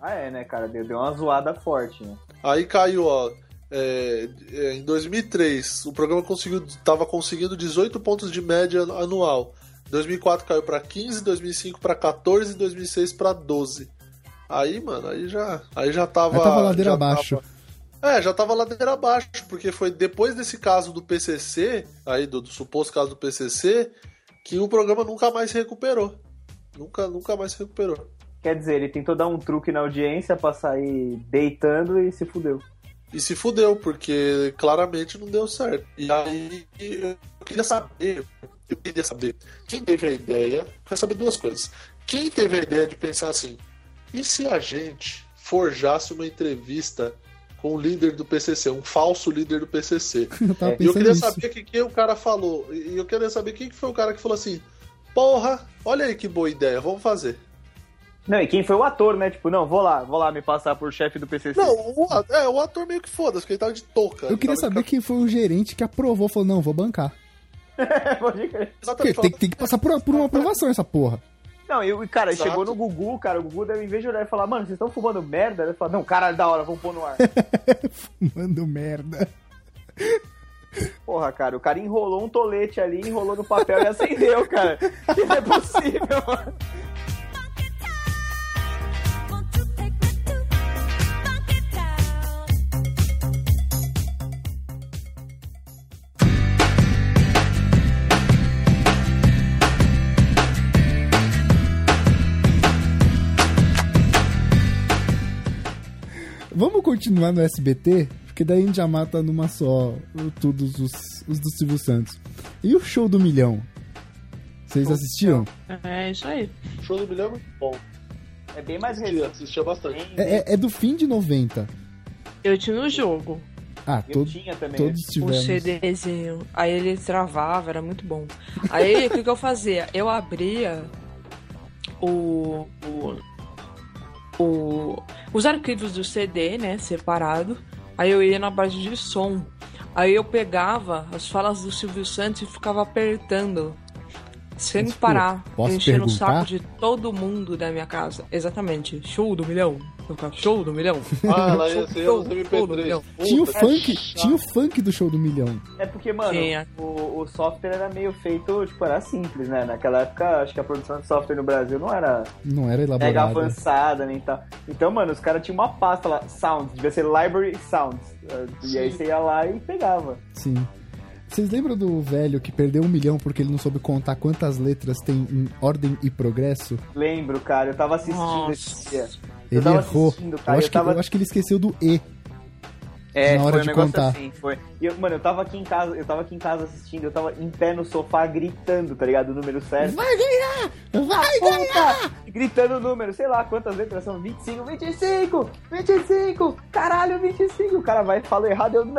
Ah, é, né, cara? Deu, deu uma zoada forte, né?
Aí caiu, ó. é, é, em 2003, o programa conseguiu, tava conseguindo 18 pontos de média anual. 2004 caiu pra 15, 2005 pra 14, 2006 pra 12. Aí, mano, aí já, aí já tava.
Aí tava ladeira
já
abaixo.
é, já tava ladeira abaixo, porque foi depois desse caso do PCC, aí do, do suposto caso do PCC, que o programa nunca mais se recuperou. Nunca, nunca mais se recuperou.
Quer dizer, ele tentou dar um truque na audiência pra sair deitando e se fudeu.
E se fudeu, porque claramente não deu certo. E aí eu queria saber, eu queria saber, quem teve a ideia, eu quero saber duas coisas. Quem teve a ideia de pensar assim, e se a gente forjasse uma entrevista com o líder do PCC, um falso líder do PCC?
Eu tava
É,
E eu
pensando
queria
nisso.
saber o que, que o cara falou. E eu queria saber quem que foi o cara que falou assim, porra, olha aí que boa ideia, vamos fazer.
Não, e quem foi o ator, né? Tipo, não, vou lá, vou lá me passar por chefe do PCC.
Não, o, a- é, o ator meio que foda-se, porque ele tava de touca.
Eu queria saber quem foi o gerente que aprovou, falou, não, vou bancar.
Pode crer.
Porque tem, tem que passar por, por uma aprovação essa porra.
Não, e, o- cara,
Exato.
chegou no Gugu, cara, o Gugu, deve, em vez de olhar e falar, mano, vocês estão fumando merda? Ele fala, não, caralho, da hora, vamos pôr no ar.
Mando merda.
Porra, cara, o cara enrolou um tolete ali, enrolou no papel e acendeu, cara. Que não é possível, mano.
Vamos continuar no SBT, porque daí a gente já mata numa só o- todos os, os do Silvio Santos. E o show do milhão? Vocês assistiram?
É isso aí.
Show do Milhão é muito bom.
É bem mais
Ele
recente.
assistia bastante.
É, é- é do fim de 90.
Eu tinha o jogo,
Ah, to-
Eu tinha também.
todos
o
tivemos.
CDzinho. Aí ele travava, era muito bom. Aí o que, que eu fazia? Eu abria o, o- o- os arquivos do CD, né? Separado. Aí eu ia na base de som. Aí eu pegava as falas do Silvio Santos e ficava apertando. Sem
Mas, pô,
parar,
posso
enchendo o
perguntar?
saco de todo mundo da minha casa. Exatamente. Show do milhão. Eu ficava, Show do milhão.
Ah, ela ia ser
Show,
os
show do milhão.
MP3. Puta,
Tinha o
que
funk,
chato.
tinha o funk do show do milhão.
É porque, mano,
Tinha.
o, o software era meio feito, tipo, era simples, né? Naquela época, acho que a produção de software no Brasil não era
Não era
mega
elaborado.
avançada nem tal. Então, mano, os caras tinham uma pasta lá, Sounds, devia ser Library Sounds. E aí
Sim.
você ia lá e pegava.
Sim. Vocês lembram do velho que perdeu um milhão porque ele não soube contar quantas letras tem em ordem e progresso?
Lembro, cara, eu tava assistindo esse dia.
Nossa.
Eu
Ele
tava
errou.
assistindo, cara,
Eu acho,
eu
que,
tava-
eu acho que ele esqueceu do E.
É,
Na hora
foi um
de
negócio
contar.
assim, foi. E eu, mano, eu tava aqui em casa, eu tava aqui em casa assistindo, eu tava em pé no sofá gritando, tá ligado? O número
É.
certo.
Vai ganhar! Vai ganhar!
Puta! Gritando o número, sei lá quantas letras são, 25, 25, 25, caralho, 25. O cara vai e fala errado, eu, não,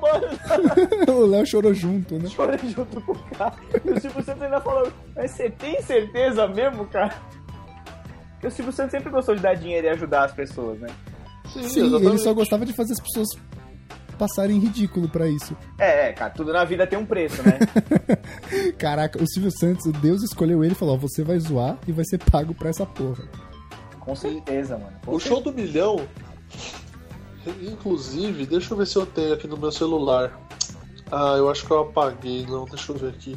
mano,
O Léo chorou junto, né?
chorei junto com o cara. E o Silvio Santos ainda falou, mas você tem certeza mesmo, cara? Porque o Silvio Santos sempre gostou de dar dinheiro e ajudar as pessoas, né?
Sim,
Sim,
exatamente.
ele só gostava de fazer as pessoas passarem ridículo pra isso.
É, é, cara, tudo na vida tem um preço, né?
Caraca, o Silvio Santos, o Deus escolheu ele e falou: ó, você vai zoar e vai ser pago pra essa porra.
com certeza, mano. com
O show do milhão, inclusive, deixa eu ver se eu tenho aqui no meu celular. Ah, eu acho que eu apaguei, não, deixa eu ver aqui.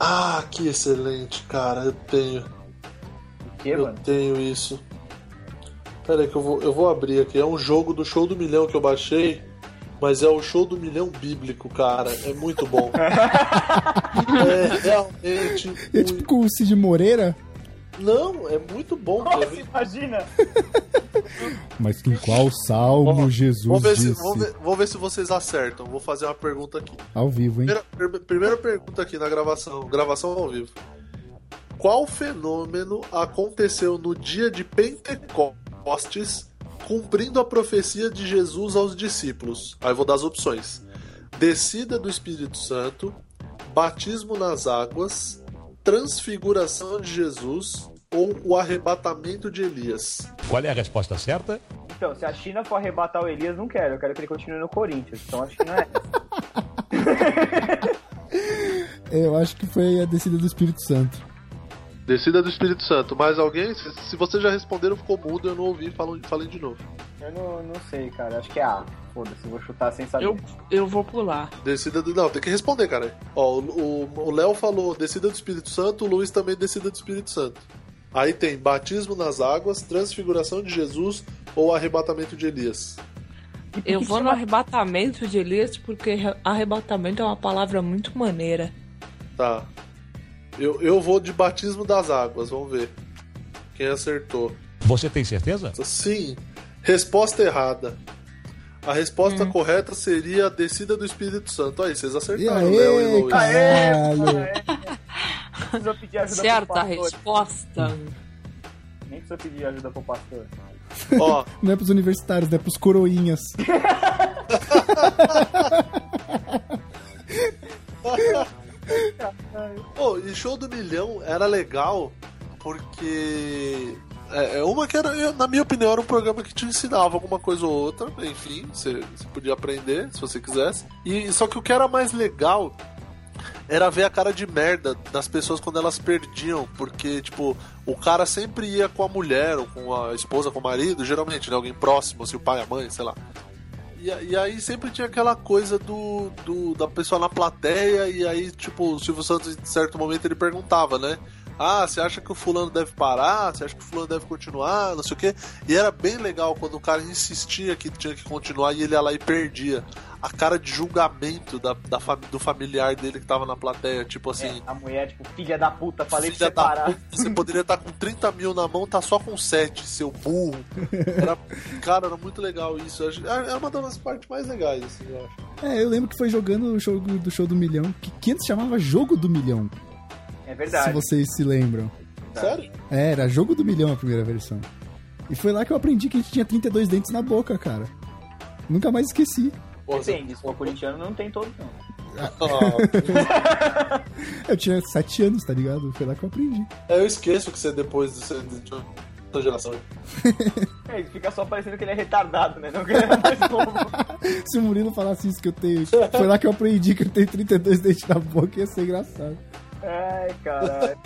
Ah, que excelente, cara, eu tenho,
certeza, Porque,
eu
mano,
tenho isso. Pera aí que eu vou, eu vou abrir aqui, é um jogo do show do milhão que eu baixei, mas é o show do milhão bíblico, cara, é muito bom. é realmente...
E é tipo
muito-
com o Cid Moreira.
Não, é muito bom,
Nossa,
Kevin.
imagina!
Mas em qual salmo
Ó,
Jesus
Vamos ver,
disse?
se, vamos, ver, vamos ver se vocês acertam. Vou fazer uma pergunta aqui.
Ao vivo, hein?
Primeira, per- primeira pergunta aqui na gravação, gravação ao vivo. Qual fenômeno aconteceu no dia de Pentecostes, cumprindo a profecia de Jesus aos discípulos? Aí eu vou dar as opções: descida do Espírito Santo, batismo nas águas, transfiguração de Jesus ou o arrebatamento de Elias.
Qual é a resposta certa?
Então, se a China for arrebatar o Elias, não quero. Eu quero que ele continue no Corinthians. Então acho que não é.
Eu acho que foi a descida do Espírito Santo.
Descida do Espírito Santo. Mais alguém? Se, se vocês já responderam, ficou mudo, eu não ouvi, falam- falem de novo.
Eu não, não sei, cara. Acho que é A. Foda-se, vou chutar sem saber.
Eu, eu vou pular.
Descida do. Não, tem que responder, cara. Ó, o- o o Léo falou descida do Espírito Santo, o Luiz também descida do Espírito Santo. Aí tem batismo nas águas, transfiguração de Jesus ou arrebatamento de Elias.
Eu vou no arrebatamento de Elias porque re- arrebatamento é uma palavra muito maneira.
Tá. Eu, eu vou de batismo das águas, vamos ver. Quem acertou? Então,
Você tem certeza?
Sim. Resposta errada. A resposta
Hum.
correta seria a descida do Espírito Santo. Aí, vocês
E
acertaram, Léo e
aí,
Luiz.
caralho.
é, Nem precisa pedir ajuda
Certa
pro pastor.
resposta.
Nem precisa pedir ajuda pro pastor.
Ó,
Não é pros universitários, não é pros coroinhas.
Pô, e show do milhão era legal porque é é uma que era, eu- na minha opinião, era um programa que te ensinava alguma coisa ou outra, enfim, você, você podia aprender se você quisesse. E só que o que era mais legal era ver a cara de merda das pessoas quando elas perdiam, porque tipo, o cara sempre ia com a mulher ou com a esposa, com o marido, geralmente, né, alguém próximo, assim, o pai, a mãe, sei lá. E, a- e aí sempre tinha aquela coisa do, do- da pessoa na plateia, e aí, tipo, o Silvio Santos, em certo momento, ele perguntava, né? Ah, você acha que o fulano deve parar? Você acha que o fulano deve continuar? Não sei o quê. E era bem legal quando o cara insistia que tinha que continuar e ele ia lá e perdia. A cara de julgamento da, da fam- do familiar dele que tava na plateia, tipo assim.
É, a mulher, tipo, filha da puta, falei
Filha
pra
da
separar.
puta, Você poderia estar com 30 mil na mão, tá só com 7, seu burro. Era- cara, era muito legal isso. Eu acho- Era uma das partes mais legais, assim, eu acho.
É, eu lembro que foi jogando o jogo do show do milhão, que, que antes chamava Jogo do Milhão,
É verdade.
se vocês se lembram.
Sério?
É, era Jogo do Milhão a primeira versão. E foi lá que eu aprendi que a gente tinha 32 dentes na boca, cara. Nunca mais esqueci.
Pô, você-
Depende, se for corintiano, não tem todo, não.
Ah,
Eu tinha 7 anos, tá ligado? Foi lá que eu aprendi.
eu esqueço que você é depois de ser de outra geração.
É, ele fica só parecendo que ele é retardado, né? Não que ele é mais novo.
Se o Murilo falasse isso que eu tenho. Foi lá que eu aprendi que eu tenho 32 dentes na boca, ia ser engraçado.
Ai, caralho.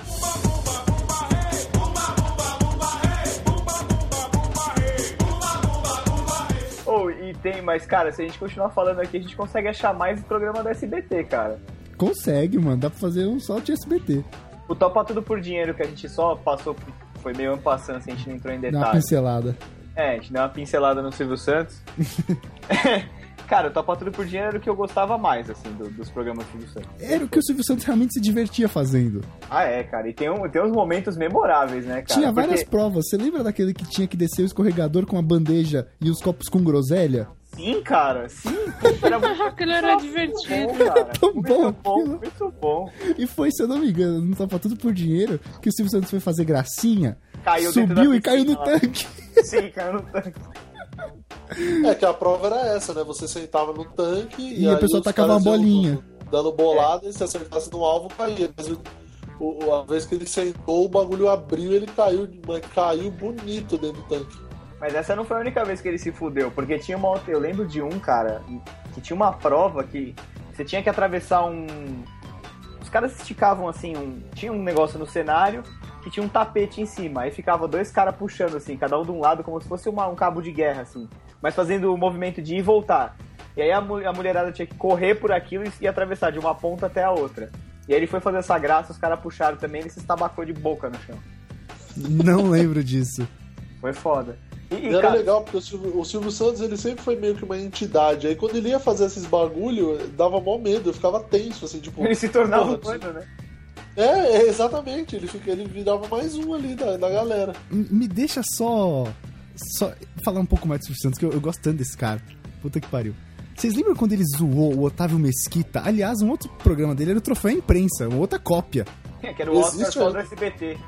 Oh, e tem, mas cara, se a gente continuar falando aqui, a gente consegue achar mais o programa da SBT, cara.
Consegue, mano. Dá pra fazer um salto SBT.
O Topa Tudo por Dinheiro que a gente só passou, foi meio ano passando, assim, a gente não entrou em
Dá uma
detalhes.
pincelada.
É, a gente deu uma pincelada no Silvio Santos. Cara, o Topa Tudo por Dinheiro era o que eu gostava mais, assim, do- dos programas do Silvio Santos.
Era o que o Silvio Santos realmente se divertia fazendo.
Ah, é, cara. E tem, um, tem uns momentos memoráveis, né, cara?
tinha várias
Porque-
provas. Você lembra daquele que tinha que descer o escorregador com a bandeja e os copos com groselha?
Sim, cara. Sim. Era muito
Aquilo era divertido.
bom, cara.
Tão bom
muito bom,
aquilo.
muito bom.
E foi, se eu não me engano, não tava tudo por dinheiro, que o Silvio Santos foi fazer gracinha,
Caiu dentro
subiu
da
e caiu no
piscina lá.
tanque.
Sim, caiu no tanque.
É que a prova era essa, né? Você sentava no tanque
E a
aí
pessoa
os
tacava
caras
uma
iam
bolinha.
Dando bolada
É.
e se acertasse no alvo, caía. Mas o- o- a vez que ele sentou, o bagulho abriu e ele caiu, mas caiu bonito dentro do tanque.
Mas essa não foi a única vez que ele se fudeu, porque tinha uma outra. Eu lembro de um, cara, que tinha uma prova que você tinha que atravessar um. Os caras esticavam assim, um. Tinha um negócio no cenário que tinha um tapete em cima. Aí ficava dois caras puxando, assim, cada um de um lado, como se fosse uma- um cabo de guerra, assim. Mas fazendo o movimento de ir e voltar. E aí a, mu- a mulherada tinha que correr por aquilo e, e atravessar de uma ponta até a outra. E aí ele foi fazer essa graça, os caras puxaram também, ele se estabacou de boca no chão.
Não lembro disso.
Foi foda. E, e,
E era
cara,
legal, porque o Silvio, o Silvio Santos ele sempre foi meio que uma entidade. Aí quando ele ia fazer esses bagulho, dava mó medo, eu ficava tenso, assim, tipo.
ele se tornava
Porra,
um humano, né?
É, é, exatamente, ele, fica, ele virava mais um ali da, da galera.
M- Me deixa só, só falar um pouco mais do Silvio Santos, que eu, eu gosto tanto desse cara. Puta que pariu. Vocês lembram quando ele zoou o Otávio Mesquita? Aliás, um outro programa dele era o Troféu à Imprensa, uma outra cópia.
É, que era o Oscar
Existe
só
hoje.
do SBT.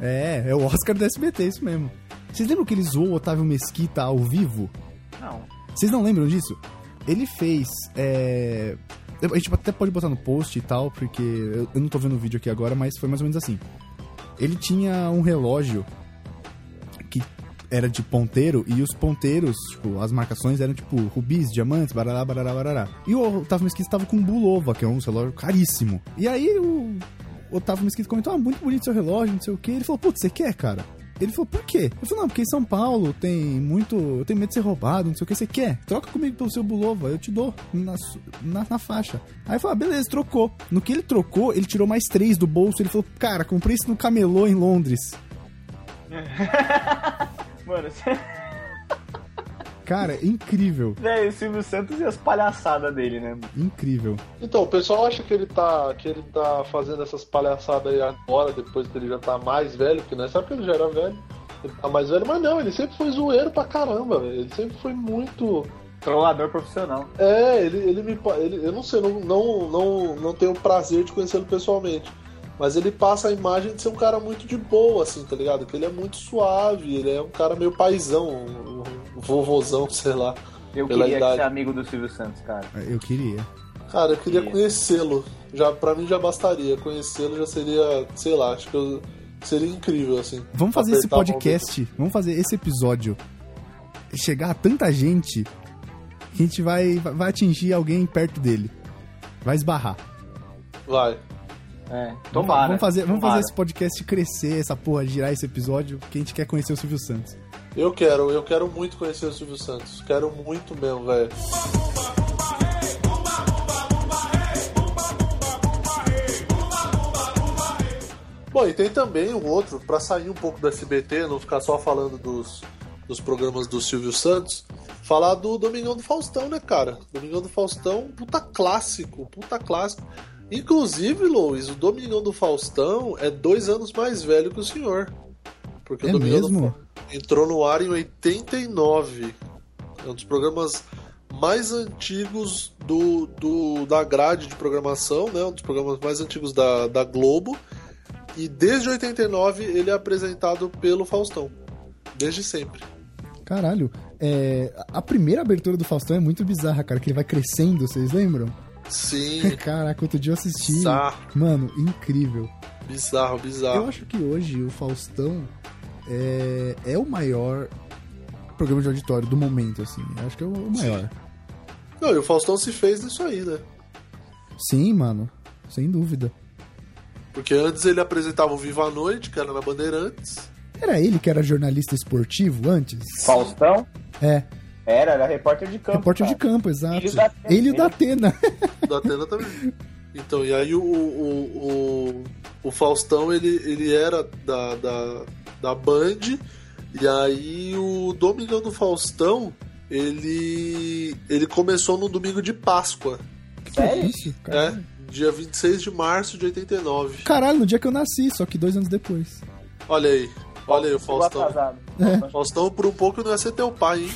É, é o Oscar do SBT, isso mesmo. Vocês lembram que ele zoou o Otávio Mesquita ao vivo?
Não.
Vocês não lembram disso? Ele fez. é, A gente até pode botar no post e tal, porque eu eu não tô vendo o vídeo aqui agora, mas foi mais ou menos assim. Ele tinha um relógio que era de ponteiro, e os ponteiros, tipo, as marcações eram tipo rubis, diamantes, barará, barará, barará. E o Otávio Mesquita estava com um Bulova, que é um relógio caríssimo. E aí o Otávio Mesquita comentou: ah, muito bonito seu relógio, não sei o quê. Ele falou: putz, você quer, cara? Ele falou, por quê? Eu falei, não, porque em São Paulo tem muito. Eu tenho medo de ser roubado, não sei o que você quer. Troca comigo pelo seu Bulova, eu te dou na, su- na, na faixa. Aí eu falei, ah, beleza, trocou. No que ele trocou, ele tirou mais três do bolso. Ele falou, cara, comprei isso no camelô em Londres.
Mano,
Cara, incrível,
velho, o Silvio Santos e as palhaçadas dele, né? mano?
incrível.
Então, o pessoal acha que ele tá, que ele tá fazendo essas palhaçadas aí agora, depois que ele já tá mais velho, porque nessa época ele já era velho. Ele tá mais velho, mas não, ele sempre foi zoeiro pra caramba, velho. Ele sempre foi muito.
Trollador profissional.
É, ele, ele me. pa- Ele, eu não sei, não, não, não, não tenho o prazer de conhecê-lo pessoalmente. Mas ele passa a imagem de ser um cara muito de boa, assim, tá ligado? Que ele é muito suave, ele é um cara meio paizão, um um vovozão, sei lá.
Eu
Pela
queria
idade.
ser amigo do Silvio Santos, cara.
Eu queria.
Cara, eu queria
Isso.
conhecê-lo. Já para mim já bastaria. Conhecê-lo já seria, sei lá, acho que eu- seria incrível assim.
Vamos fazer esse
Apertar a mão
podcast, vamos fazer esse episódio chegar a tanta gente que a gente vai, vai atingir alguém perto dele. Vai esbarrar.
dele. Vai.
É, tomara.
Vamos fazer, vamos fazer
tomara.
esse podcast crescer, essa porra, girar esse episódio, porque a gente quer conhecer o Silvio Santos.
Eu quero, eu quero muito conhecer o Silvio Santos. Quero muito mesmo, velho. Bom, e tem também um outro, pra sair um pouco do SBT, não ficar só falando dos, dos programas do Silvio Santos, falar do Domingão do Faustão, né, cara? Domingão do Faustão, puta clássico, puta clássico. Inclusive, Louis, o Domingão do Faustão é dois anos mais velho que o senhor. Porque
É
o Domingão do
mesmo?
entrou no ar em 89. É um dos programas mais antigos do, do- da grade de programação, né? Um dos programas mais antigos da, da Globo. E desde 89 ele é apresentado pelo Faustão. Desde sempre.
Caralho, é, a primeira abertura do Faustão é muito bizarra, cara, que ele vai crescendo, vocês lembram?
Sim.
Caraca, outro dia eu assisti.
Bizarro,
Mano, incrível.
bizarro,
Eu
Ah.
bizarro.
acho que hoje o Faustão é, é o maior programa de auditório do momento, assim. Eu acho que é o- o maior.
Não, e o Faustão se fez nisso aí, né?
Sim, mano, sem dúvida.
Porque antes ele apresentava o Viva a Noite, que era na Bandeirantes.
Era ele que era jornalista esportivo antes?
Faustão?
É,
Era, era repórter de campo.
repórter
cara.
de campo, exato.
Ele e
Ele e
o Datena.
o Datena.
da Atena também. Então, e aí o, o, o, o Faustão, ele, ele era da, da, da Band, e aí o Domingão do Faustão, ele, ele começou no domingo de Páscoa,
Sério?
Isso, cara.
né? Dia 26 de março de 89.
Caralho, no dia que eu nasci, só que dois anos depois.
Olha aí, olha aí o
Chegou
Faustão.
atrasado.
Faustão, por um pouco, não ia ser teu pai, hein?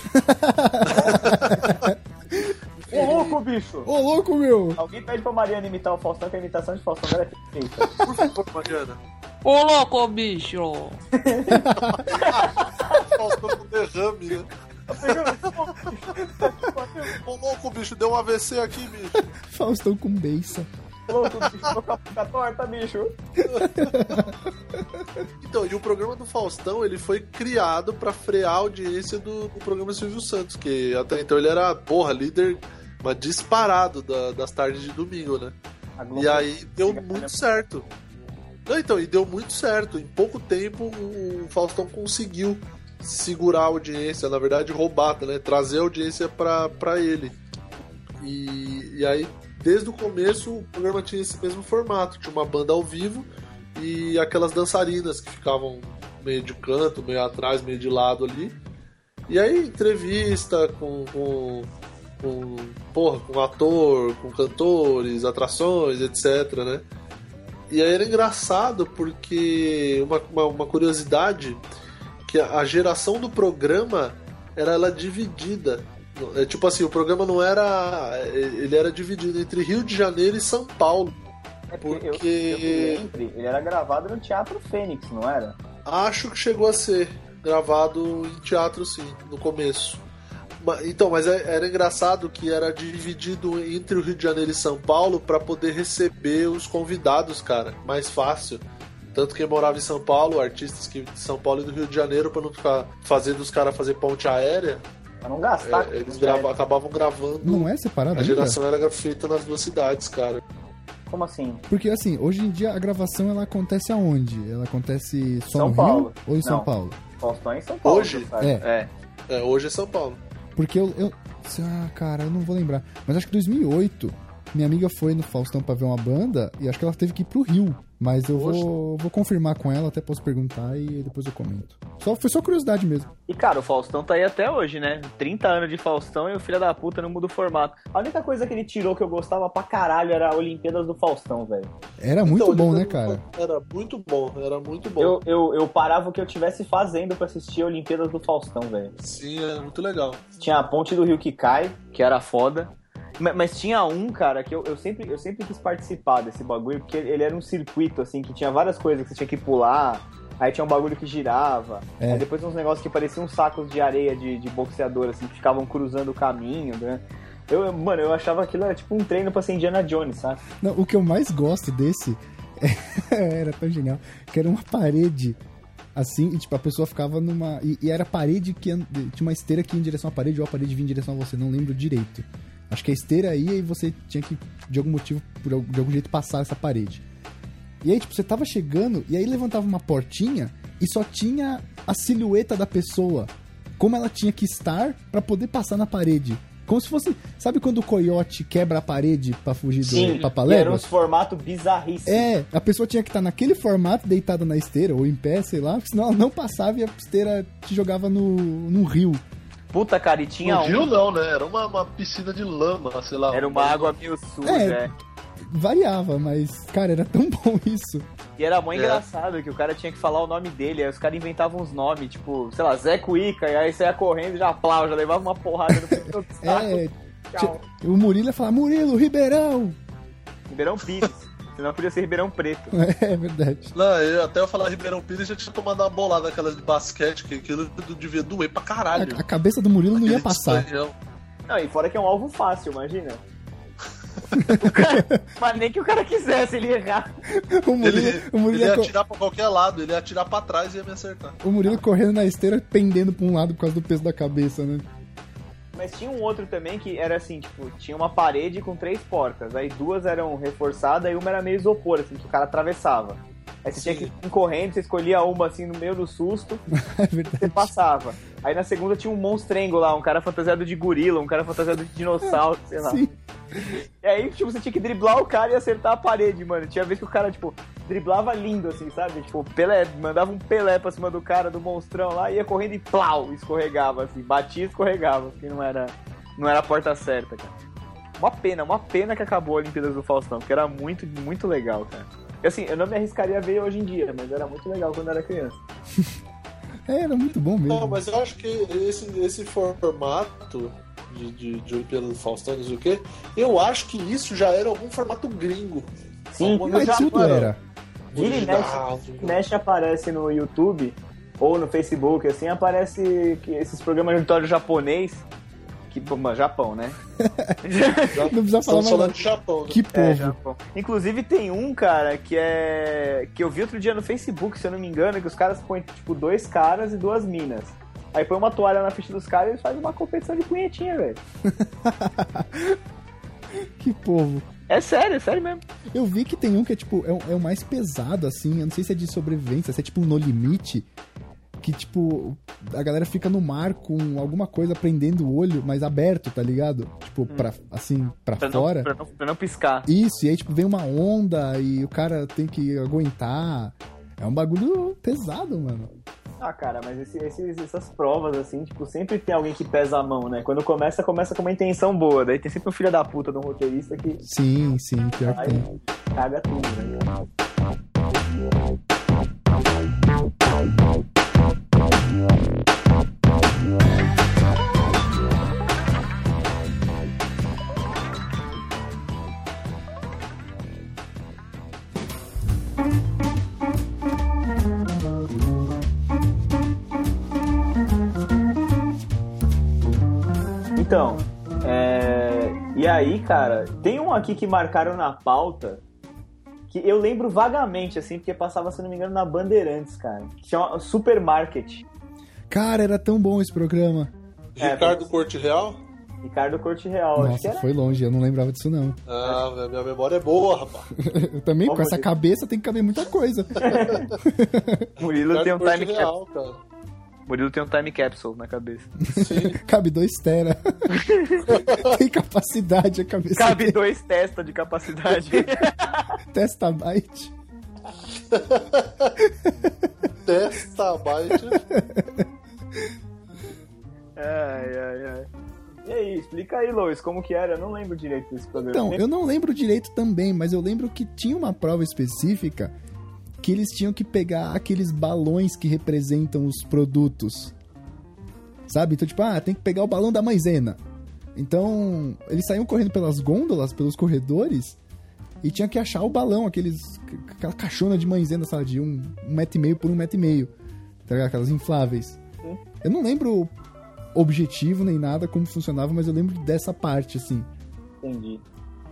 É.
Ô, louco, bicho!
Ô, louco, meu!
Alguém pede pra Mariana imitar o Faustão, que a imitação de Faustão dela é perfeita.
Por favor, Mariana.
Ô, louco, ô, bicho!
Faustão com derrame, né? Ô louco, bicho, deu um AVC aqui, bicho.
Faustão com beiça.
Ô, louco, bicho, tô com a boca torta, bicho.
Então, e o programa do Faustão, ele foi criado pra frear a audiência do, do programa Silvio Santos, que até então ele era, porra, líder, mas disparado da- das tardes de domingo, né?
A Globo-
E aí deu muito certo. Não, então, e deu muito certo. Em pouco tempo o Faustão conseguiu segurar a audiência, na verdade roubar, né? Trazer a audiência pra, pra ele. E, e aí, desde o começo, o programa tinha esse mesmo formato. Tinha uma banda ao vivo e aquelas dançarinas que ficavam meio de canto, meio atrás, meio de lado ali. E aí, entrevista com- com com, porra, com ator, com cantores, atrações, etc, né? E aí era engraçado porque uma, uma, uma curiosidade que a, a geração do programa era ela dividida. É tipo assim, o programa não era. Ele era dividido entre Rio de Janeiro e São Paulo.
É
porque-
eu- eu me lembro, ele era gravado no Teatro Fênix, não era?
Acho que chegou a ser gravado em teatro, sim, no começo. Ma- Então, mas é- era engraçado que era dividido entre o Rio de Janeiro e São Paulo para poder receber os convidados, cara, mais fácil. Tanto quem morava em São Paulo, artistas que de São Paulo e do Rio de Janeiro, para não ficar fazendo os caras fazer ponte aérea,
Pra não gastar.
é, eles grava- acabavam gravando.
Não é separado
A
ainda?
geração era feita nas duas cidades, cara.
Como assim?
Porque assim, hoje em dia a gravação ela acontece aonde? Ela acontece só
São
no
Paulo.
Rio ou em São
Não.
Paulo?
Faustão em São Paulo.
Hoje?
sabe?
É.
É.
É, hoje é São Paulo.
Porque eu, eu- Ah, cara, eu não vou lembrar. Mas acho que 2008, minha amiga foi no Faustão pra ver uma banda e acho que ela teve que ir pro Rio. Mas eu vou, vou confirmar com ela, até posso perguntar e depois eu comento. Só, foi só curiosidade mesmo.
E, cara, o Faustão tá aí até hoje, né? 30 anos de Faustão e o filho da puta não muda o formato. A única coisa que ele tirou que eu gostava pra caralho era a Olimpíadas do Faustão, velho.
Era muito
Então,
bom,
ele-
né, cara?
Era muito bom, era muito bom.
Eu, eu, eu parava o que eu tivesse fazendo pra assistir a Olimpíadas do Faustão, velho.
Sim,
é
era muito legal.
Tinha a Ponte do Rio que Cai, que era foda. Ma- Mas, tinha um, cara, que eu, eu, sempre, eu sempre quis participar desse bagulho, porque ele era um circuito, assim, que tinha várias coisas que você tinha que pular. Aí tinha um bagulho que girava.
É.
Aí depois uns negócios que pareciam uns sacos de areia de, de boxeador, assim, que ficavam cruzando o caminho, né? Eu, eu- mano, eu achava aquilo era tipo um treino pra ser Indiana Jones, sabe?
Não, o que eu mais gosto desse era tão genial. Que era uma parede assim, e tipo, a pessoa ficava numa. E, e era a parede que. an- Tinha uma esteira que ia em direção à parede ou a parede vinha em direção a você, não lembro direito. Acho que a esteira ia e você tinha que, de algum motivo, por, al- de algum jeito, passar essa parede. E aí, tipo, você tava chegando e aí levantava uma portinha e só tinha a silhueta da pessoa. Como ela tinha que estar pra poder passar na parede. Como se fosse. Sabe quando o coiote quebra a parede pra fugir do
e era
papalégua?
uns formato bizarríssimo.
É, a pessoa tinha que estar naquele formato, deitada na esteira, ou em pé, sei lá, porque senão ela não passava e a esteira te jogava no, no rio.
Puta, cara, e tinha
No
um.
Rio não, né? Era uma, uma piscina de lama, sei lá. um
Era uma água meio suja,
É.
é.
Variava, mas, cara, era tão bom isso.
E era mó
É.
engraçado que o cara tinha que falar o nome dele, aí os caras inventavam uns nomes, tipo, sei lá, Zé Cuica, e aí saia correndo e já plau, já levava uma porrada no primeiro saco.
É,
Tchau.
o Murilo ia falar, Murilo, Ribeirão!
Ribeirão Pires. Senão podia ser Ribeirão Preto.
É, verdade.
Não, eu, até eu falar Ribeirão Pires já tinha tomado uma bolada daquelas de basquete, que aquilo devia doer pra
A,
caralho. né?
a cabeça do Murilo não ia
Aquele
passar.
espanhol.
Não, e fora que é um alvo fácil, imagina. O cara- Mas nem que o cara quisesse, ele ia errar.
O Murilo,
Ele,
o Murilo
ele ia
co-
atirar pra qualquer lado, ele ia atirar pra trás e ia me acertar.
o Murilo correndo na esteira, pendendo pra um lado por causa do peso da cabeça, né?
Mas tinha um outro também que era assim, tipo, tinha uma parede com três portas. Aí duas eram reforçadas e uma era meio isopor, assim, que o cara atravessava. Aí você tinha que ir correndo, você escolhia uma assim no meio do susto,
É verdade.
você passava. Aí na segunda tinha um monstrengo lá, um cara fantasiado de gorila, um cara fantasiado de dinossauro, sei lá.
Sim.
E aí, tipo, você tinha que driblar o cara e acertar a parede, mano. Tinha vez que o cara, tipo, driblava lindo, assim, sabe? Tipo, Pelé, mandava um Pelé pra cima do cara, do monstrão lá, ia correndo e plau, escorregava, assim, batia e escorregava, porque não era, não era a porta certa, cara. Uma pena, uma pena que acabou a Olimpíadas do Faustão, porque era muito, muito legal, cara. E, assim, eu não me arriscaria a ver hoje em dia, mas era muito legal quando eu era criança.
É, era muito bom mesmo.
Não, mas eu acho que esse, esse formato de, de, de Olimpíada do Faustão, não sei o quê, eu acho que isso já era algum formato gringo.
Sim,
Alguma
Mas
coisa
tudo
original.
era.
Vira e mexe, mexe aparece no YouTube ou no Facebook, assim, aparece que esses programas de auditório japonês. Que, pô, mas Japão, né?
Já-
Não precisa falar
Estamos
mais
falando
nada.
de Japão, né?
Que
É,
povo.
Japão. Inclusive tem um, cara, que é. que eu vi outro dia no Facebook, se eu não me engano, que os caras põem, tipo, dois caras e duas minas. Aí põe uma toalha na ficha dos caras e eles fazem uma competição de punhetinha, velho.
que povo.
É sério, é sério mesmo.
Eu vi que tem um que é tipo, é, o- é o mais pesado, assim. Eu não sei se é de sobrevivência, se é tipo um no limite. Que, tipo, a galera fica no mar com alguma coisa prendendo o olho, mas aberto, tá ligado? Tipo, pra, assim, pra,
Hum. Pra não,
fora.
pra, não, pra não piscar.
Isso, e aí, tipo, vem uma onda e o cara tem que aguentar. É um bagulho pesado, mano.
Ah, cara, mas esse- esses- essas provas, assim, tipo, sempre tem alguém que pesa a mão, né? Quando começa, começa com uma intenção boa. Daí tem sempre um filho da puta de um roteirista que
Sim, sim, pior que
vai
tem.
e caga tudo, né? Então, é, e aí, cara, tem um aqui que marcaram na pauta que eu lembro vagamente, assim, porque passava, se não me engano, na Bandeirantes, cara. Que chama Supermarket.
Cara, era tão bom esse programa.
Ricardo Corte Real?
Ricardo Corte Real, acho que
Nossa,
era.
foi longe, eu não lembrava disso não.
Ah, velho, minha memória é boa, rapaz.
Eu também,
Ó,
com essa
Murilo.
cabeça, tem que caber muita coisa.
Murilo tem um
Hardcore
time cap...
real, cara.
Murilo tem um time capsule na cabeça.
Cabe dois tera. tem capacidade a cabeça.
Cabe dois testas de capacidade.
dele. Testabyte.
Testa Byte.
ai, ai, ai. E aí, explica aí, Lois, como que era? Eu não lembro direito desse programa.
Então, eu não lembro direito também, mas eu lembro que tinha uma prova específica que eles tinham que pegar aqueles balões que representam os produtos. Sabe? Então, tipo, ah, tem que pegar o balão da maisena. Então, eles saíam correndo pelas gôndolas, pelos corredores, e tinha que achar o balão, aqueles. aquela caixona de maisena, sabe? De um, um metro e meio por um metro e meio. Tá ligado? Aquelas infláveis. Eu não lembro o objetivo nem nada, como funcionava, mas eu lembro dessa parte, assim.
Entendi.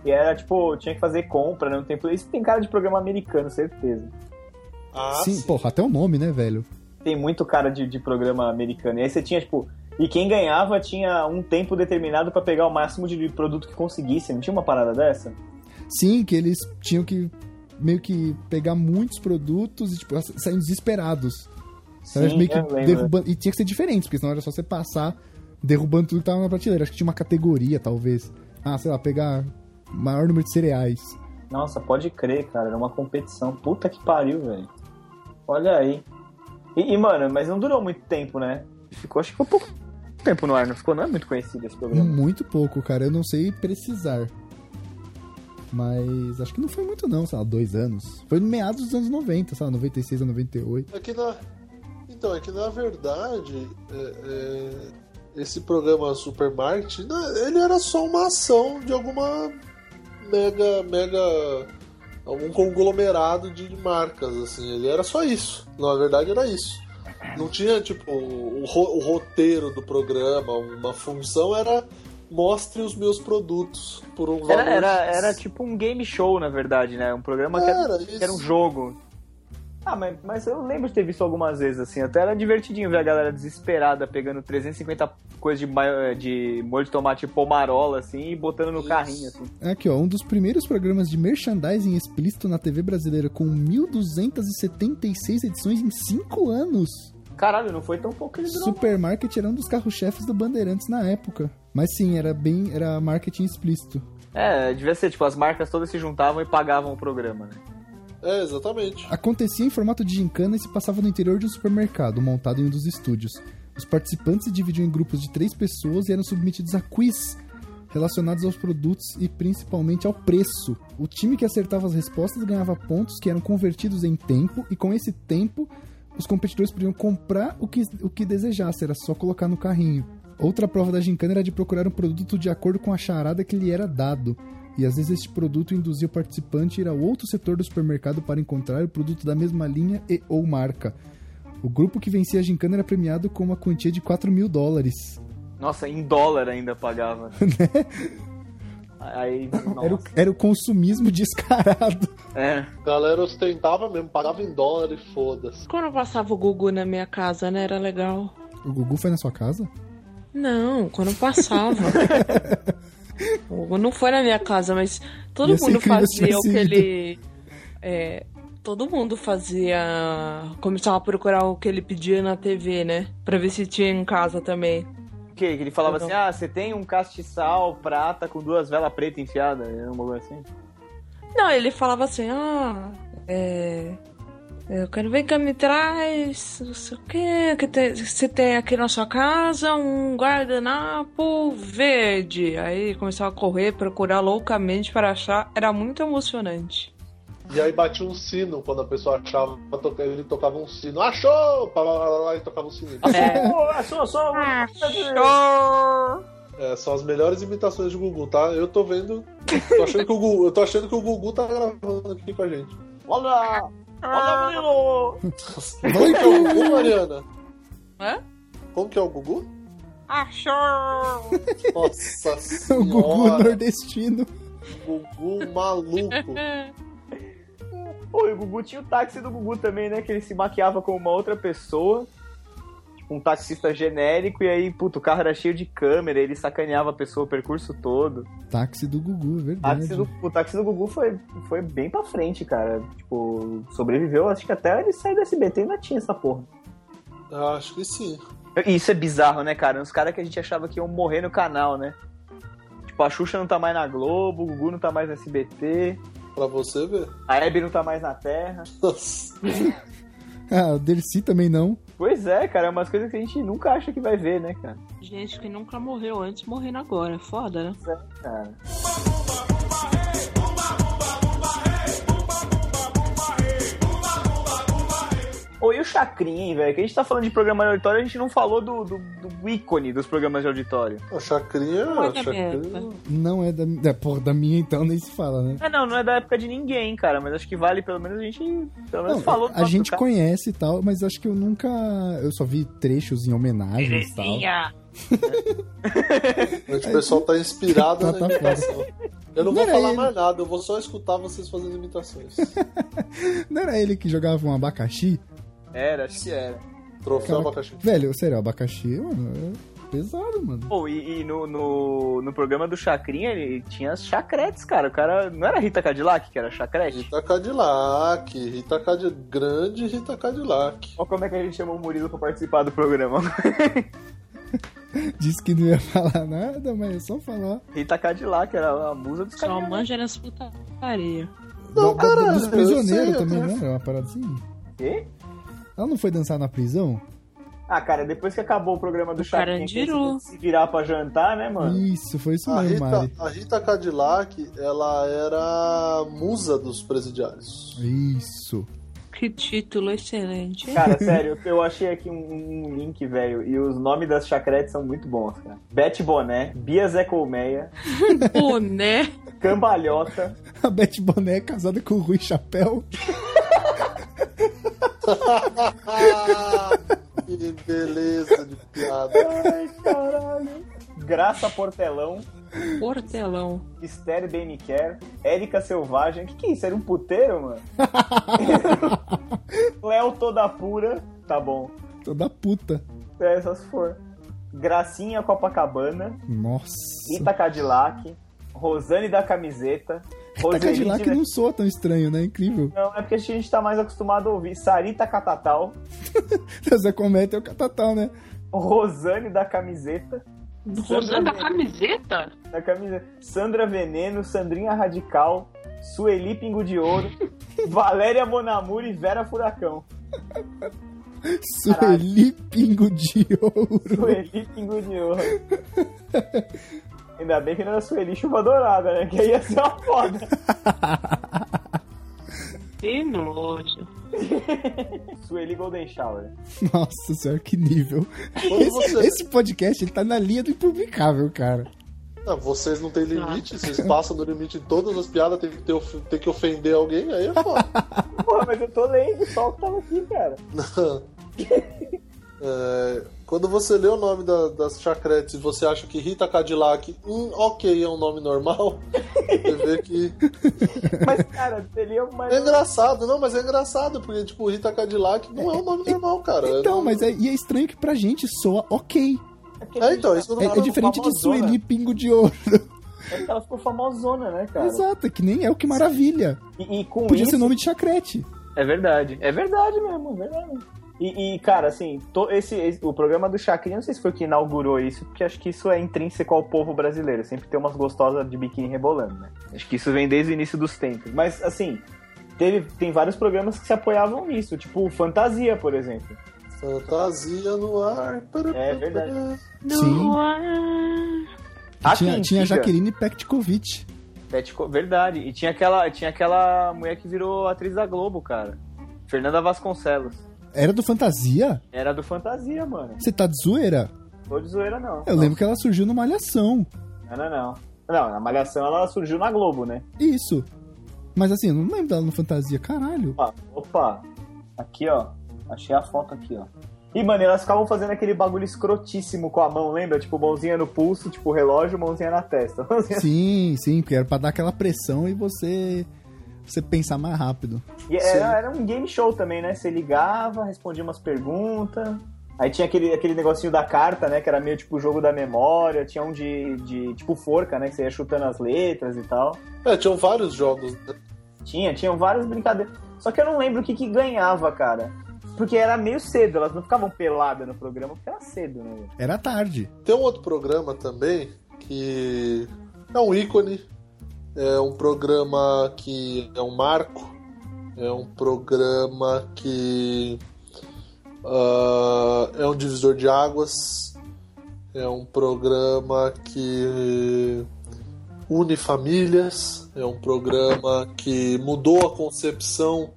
E era tipo, tinha que fazer compra, né? Não tem... Isso tem cara de programa americano, certeza.
Ah,
sim, porra, até o nome, né, velho?
Tem muito cara de, de programa americano. E aí você tinha, tipo. E quem ganhava tinha um tempo determinado pra pegar o máximo de produto que conseguisse. Não tinha uma parada dessa?
Sim, que eles tinham que meio que pegar muitos produtos e tipo, sa- saindo desesperados. Sabe? meio que
eu lembro.
derrubando. E tinha que ser diferente, porque senão era só você passar derrubando tudo que tava na prateleira. Acho que tinha uma categoria, talvez. Ah, sei lá, pegar maior número de cereais.
Nossa, pode crer, cara. Era uma competição. Puta que pariu, velho. Olha aí. E, e, mano, mas não durou muito tempo, né? Ficou, acho que ficou pouco tempo no ar, não ficou? Não é muito conhecido esse programa.
Muito pouco, cara. Eu não sei precisar. Mas acho que não foi muito, não, sei lá, dois anos. Foi no meados dos anos 90, sei lá, 96 a 98.
É que na... Então, é que na verdade, é, é, esse programa Supermarket, né, ele era só uma ação de alguma mega, mega... algum conglomerado de marcas, assim. Ele era só isso. Na verdade, era isso. Não tinha, tipo, o, ro- o roteiro do programa, uma função era mostre os meus produtos por um valor.
Era, era, era tipo um game show, na verdade, né? Um programa que era,
Era,
que era um
isso.
jogo. Ah, mas, mas eu lembro de ter visto algumas vezes, assim. Até era divertidinho ver a galera desesperada pegando 350 coisas de, maio- eh, de molho de tomate pomarola, assim, e botando no
Isso.
carrinho, assim.
Aqui, ó, um dos primeiros programas de merchandising explícito na TV brasileira, com 1.276 edições em 5 anos.
Caralho, não foi tão pouco que ele durou.
Supermarket era um dos carro-chefes do Bandeirantes na época. Mas sim, era bem. Era marketing explícito.
É, devia ser, tipo, as marcas todas se juntavam e pagavam o programa, né?
É, exatamente.
Acontecia em formato de gincana e se passava no interior de um supermercado, montado em um dos estúdios. Os participantes se dividiam em grupos de três pessoas e eram submetidos a quiz relacionados aos produtos e principalmente ao preço. O time que acertava as respostas ganhava pontos que eram convertidos em tempo e com esse tempo os competidores podiam comprar o que, o que desejasse, era só colocar no carrinho. Outra prova da gincana era de procurar um produto de acordo com a charada que lhe era dado. E às vezes este produto induzia o participante a ir a outro setor do supermercado para encontrar o produto da mesma linha e ou marca. O grupo que vencia a gincana era premiado com uma quantia de 4 mil dólares.
Nossa, em dólar ainda pagava. Aí, nossa,
Era o, era o consumismo descarado.
é.
A galera ostentava mesmo, pagava em dólar e foda-se.
Quando passava o Gugu na minha casa, né? Era legal.
O Gugu foi na sua casa?
Não, quando passava. o Gugu não foi na minha casa, mas todo
Ia ser assim.
mundo
incrível se
fazia o
tivesse
que ele. é, todo mundo fazia. Começava a procurar o que ele pedia na TV, né? Pra ver se tinha em casa também.
O quê? Que ele falava
Não.
assim, ah, você tem um castiçal prata com duas velas pretas enfiadas, né? um bagulho assim.
Não, ele falava assim, ah, é. Eu quero ver que me traz, não sei o quê, que tem, você tem aqui na sua casa um guardanapo verde. Aí começava a correr, procurar loucamente para achar. Era muito emocionante.
E aí batia um sino quando a pessoa achava, pra tocar, ele tocava um sino, achou! Pá, lá, lá, lá, lá, E tocava um sininho.
Pô, Ah, só, só... um-
É, são as melhores imitações de Gugu, tá? Eu tô vendo. Tô achando que o Gugu, eu tô achando que o Gugu tá gravando aqui com a gente.
Olha! Olha, Murilo!
Como que é o Gugu, Mariana?
Hã?
Como que é o Gugu?
Achou!
Nossa
O Gugu
senhora,
nordestino.
Gugu, maluco.
Pô, e o Gugu tinha o táxi do Gugu também, né? Que ele se maquiava com uma outra pessoa. um taxista genérico e aí, puto, o carro era cheio de câmera, ele sacaneava a pessoa o percurso todo.
Táxi do Gugu, é
O
verdade.
táxi do, o táxi do Gugu foi, foi bem pra frente, cara. Tipo, sobreviveu, acho que até ele sair do SBT ainda tinha essa porra.
Eu Ah, acho que sim.
E Isso é bizarro, né, cara? Uns caras que a gente achava que iam morrer no canal, né? Tipo, a Xuxa não tá mais na Globo, o Gugu não tá mais no SBT,
Pra você ver.
a Hebe não tá mais na Terra.
Nossa.
Ah, o Dercy também não.
Pois é, cara, é umas coisas que a gente nunca acha que vai ver, né, cara?
Gente que nunca morreu antes, morrendo agora. É Foda, né?
Cara, Ô, e o Chacrinha, hein, velho? Que a gente tá falando de programa de auditório, a gente não falou do, do, do ícone dos programas de auditório.
O Chacrinha.
Olha,
Chacrinha.
merda.
Não é da, da, porra, da minha, então nem se fala, né?
Ah, não, não é da época de ninguém, cara, mas acho que vale pelo menos a gente. Pelo menos
Não,
falou do
a
nosso
gente
cara.
conhece e tal, mas acho que eu nunca. Eu só vi trechos em homenagens e tal.
O pessoal tá inspirado
Tá,
na
tá
imitação. Eu não vou
Não era
falar
ele.
mais nada, eu vou só escutar vocês fazendo imitações.
Não era ele que jogava um abacaxi?
Era, acho que era.
Troféu
Caraca.
abacaxi.
Velho, sério, abacaxi, mano, é pesado, mano.
Pô, e, e no, no, no programa do Chacrinha, ele tinha as chacretes, cara. O cara. Não era Rita Cadillac que era chacrete?
Rita Cadillac, Rita Cadillac, grande Rita Cadillac.
Olha como é que a gente chamou o Murilo pra participar do programa.
Disse que não ia falar nada, mas é só falar.
Rita Cadillac era a musa dos né?
Só
caras.
manja nessa putaria.
Não,
Da- da-
caralho,
dos prisioneiros
eu sei,
também,
eu-
né? É uma parada assim.
Quê?
Ela não foi dançar na prisão?
Ah, cara, depois que acabou o programa do
O
Chacrinha, que
Carandiru.
você tem que se virar pra jantar, né, mano?
Isso, foi isso
A
mesmo, Mari.
Rita, a Rita Cadillac, ela era musa dos presidiários.
Isso.
Que título excelente.
Cara, sério, eu achei aqui um, um link, velho, e os nomes das chacretes são muito bons, cara. Bete Boné, Bia Zé Colmeia,
Boné.
Cambalhota,
A Beth Boné é casada com o Rui Chapéu.
Ah, que beleza de piada.
Ai, caralho. Graça Portelão,
Portelão.
Esther Benker, Érica Selvagem. Que que é isso? Era um puteiro, mano? Léo Toda Pura. Tá bom.
Toda puta.
É, só se for. Gracinha Copacabana,
Nossa.
Ita Cadillac, Rosane da Camiseta,
Tá
é
Roseli
Cadillac
né?
de-
não soa tão estranho, né? Incrível.
Não, é porque a gente tá mais acostumado a ouvir Sarita Catatal,
Zé Cometa é o Catatal, né?
Rosane da Camiseta,
Rosana da camiseta?
da camisa. Sandra Veneno, Sandrinha Radical, Sueli Pingo de Ouro, Valéria Monamur e Vera Furacão. Caralho.
Sueli Pingo de Ouro.
Sueli Pingo de Ouro. Ainda bem que não era Sueli Chuva Dourada, né? Que aí ia ser uma foda.
Que nojo.
Sueli Golden Shower.
Nossa senhora, que nível.
Quando
Esse,
você-
esse podcast, ele tá na linha do impublicável, cara.
Ah, vocês não têm limite,
Ah.
vocês passam do limite em todas as piadas, tem que, ter of- tem que ofender alguém, aí é foda.
Porra, mas eu tô lendo só o que tava aqui, cara.
É, quando você lê o nome da- das chacretes e você acha que Rita Cadillac, hum, ok, é um nome normal, você vê que.
Mas, cara, seria uma.
É engraçado, não, mas é engraçado, porque, tipo, Rita Cadillac não é um nome normal, cara. É
Então,
nome-
mas é, e é estranho que pra gente soa ok.
É, então,
tá
isso não
É,
era
é diferente de
famosona.
né?
Sueli Pingo de Ouro.
É que ela ficou famosona, né, cara?
Exato, que nem é o que maravilha.
E, e com
Podia
isso.
ser nome de chacrete.
É verdade. É verdade mesmo, é verdade. E, e, cara, assim, to- esse, esse- o programa do Chacrinha, não sei se foi o que inaugurou isso, porque acho que isso é intrínseco ao povo brasileiro. Sempre tem umas gostosas de biquíni rebolando, né? Acho que isso vem desde o início dos tempos. Mas, assim, teve, tem vários programas que se apoiavam nisso, tipo Fantasia, por exemplo.
Fantasia no ar.
É verdade.
Sim.
ar.
Tinha,
A
tinha
Quintiga,
Jaqueline Pektkovic.
Petco- verdade. E tinha aquela, tinha aquela mulher que virou atriz da Globo, cara. Fernanda Vasconcelos.
Era do Fantasia?
Era do Fantasia, mano.
Você tá de zoeira?
Tô de zoeira, não.
Eu lembro que ela surgiu numa Malhação.
Não, não, não. Não, na Malhação ela surgiu na Globo, né?
Isso. Mas assim, eu não lembro dela no Fantasia, caralho.
Opa, opa. Aqui, ó. Achei a foto aqui, ó. E, mano, elas ficavam fazendo aquele bagulho escrotíssimo com a mão, lembra? Tipo, mãozinha no pulso, tipo, relógio, mãozinha na testa.
Sim, sim, porque era pra dar aquela pressão e você você pensar mais rápido.
E era, era um game show também, né? Você ligava, respondia umas perguntas. Aí tinha aquele, aquele negocinho da carta, né? Que era meio tipo o jogo da memória. Tinha um de, de tipo forca, né? Que você ia chutando as letras e tal.
É, tinham vários jogos. né?
Tinha, tinham várias brincadeiras. Só que eu não lembro o que, que ganhava, cara. Porque era meio cedo, elas não ficavam peladas no programa, porque era cedo, né?
Era tarde.
Tem um outro programa também que é um ícone, é um programa que é um marco, é um programa que ah, é um divisor de águas, é um programa que une famílias, é um programa que mudou a concepção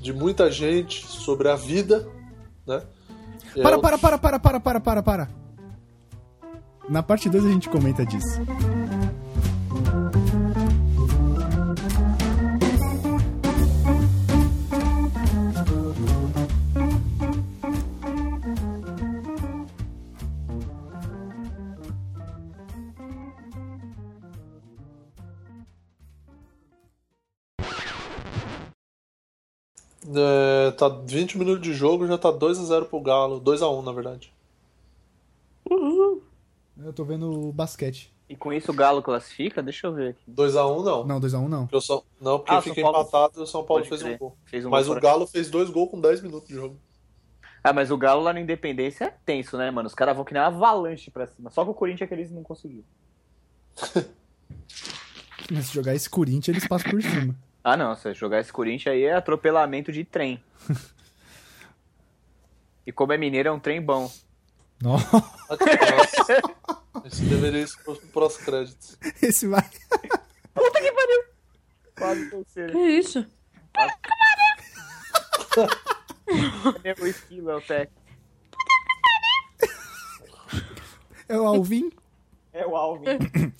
de muita gente sobre a vida, né? É
Para,
o-
para, para, para, para, para, para, para. Na parte 2 a gente comenta disso.
É, tá 20 minutos de jogo, já tá 2x0 pro Galo. 2x1, na verdade.
Eu tô vendo o basquete.
E com isso o Galo classifica? Deixa eu ver aqui.
2x1 não.
Não, 2x1 não.
Porque, o São... não, porque
Ah, o
fica
São Paulo-
empatado e o São Paulo
Pode
fez um
crer.
gol.
Fez um
Mas
gol
o
fora.
Galo fez dois gols com 10 minutos de jogo.
Ah, mas o Galo lá no Independência é tenso, né, mano? Os caras vão que nem uma avalanche pra cima. Só que o Corinthians é que eles não conseguiram.
Mas se jogar esse Corinthians, eles passam por cima.
Ah, não. Se jogar esse Corinthians aí é atropelamento de trem. e como é mineiro, é um trem bom.
Nossa,
Nossa. Isso deveria ir pro pro os créditos.
esse vai.
Quase terceiro.
Que né? É isso?
o esquilo, é o técnico.
É o Alvin?
É o Alvin.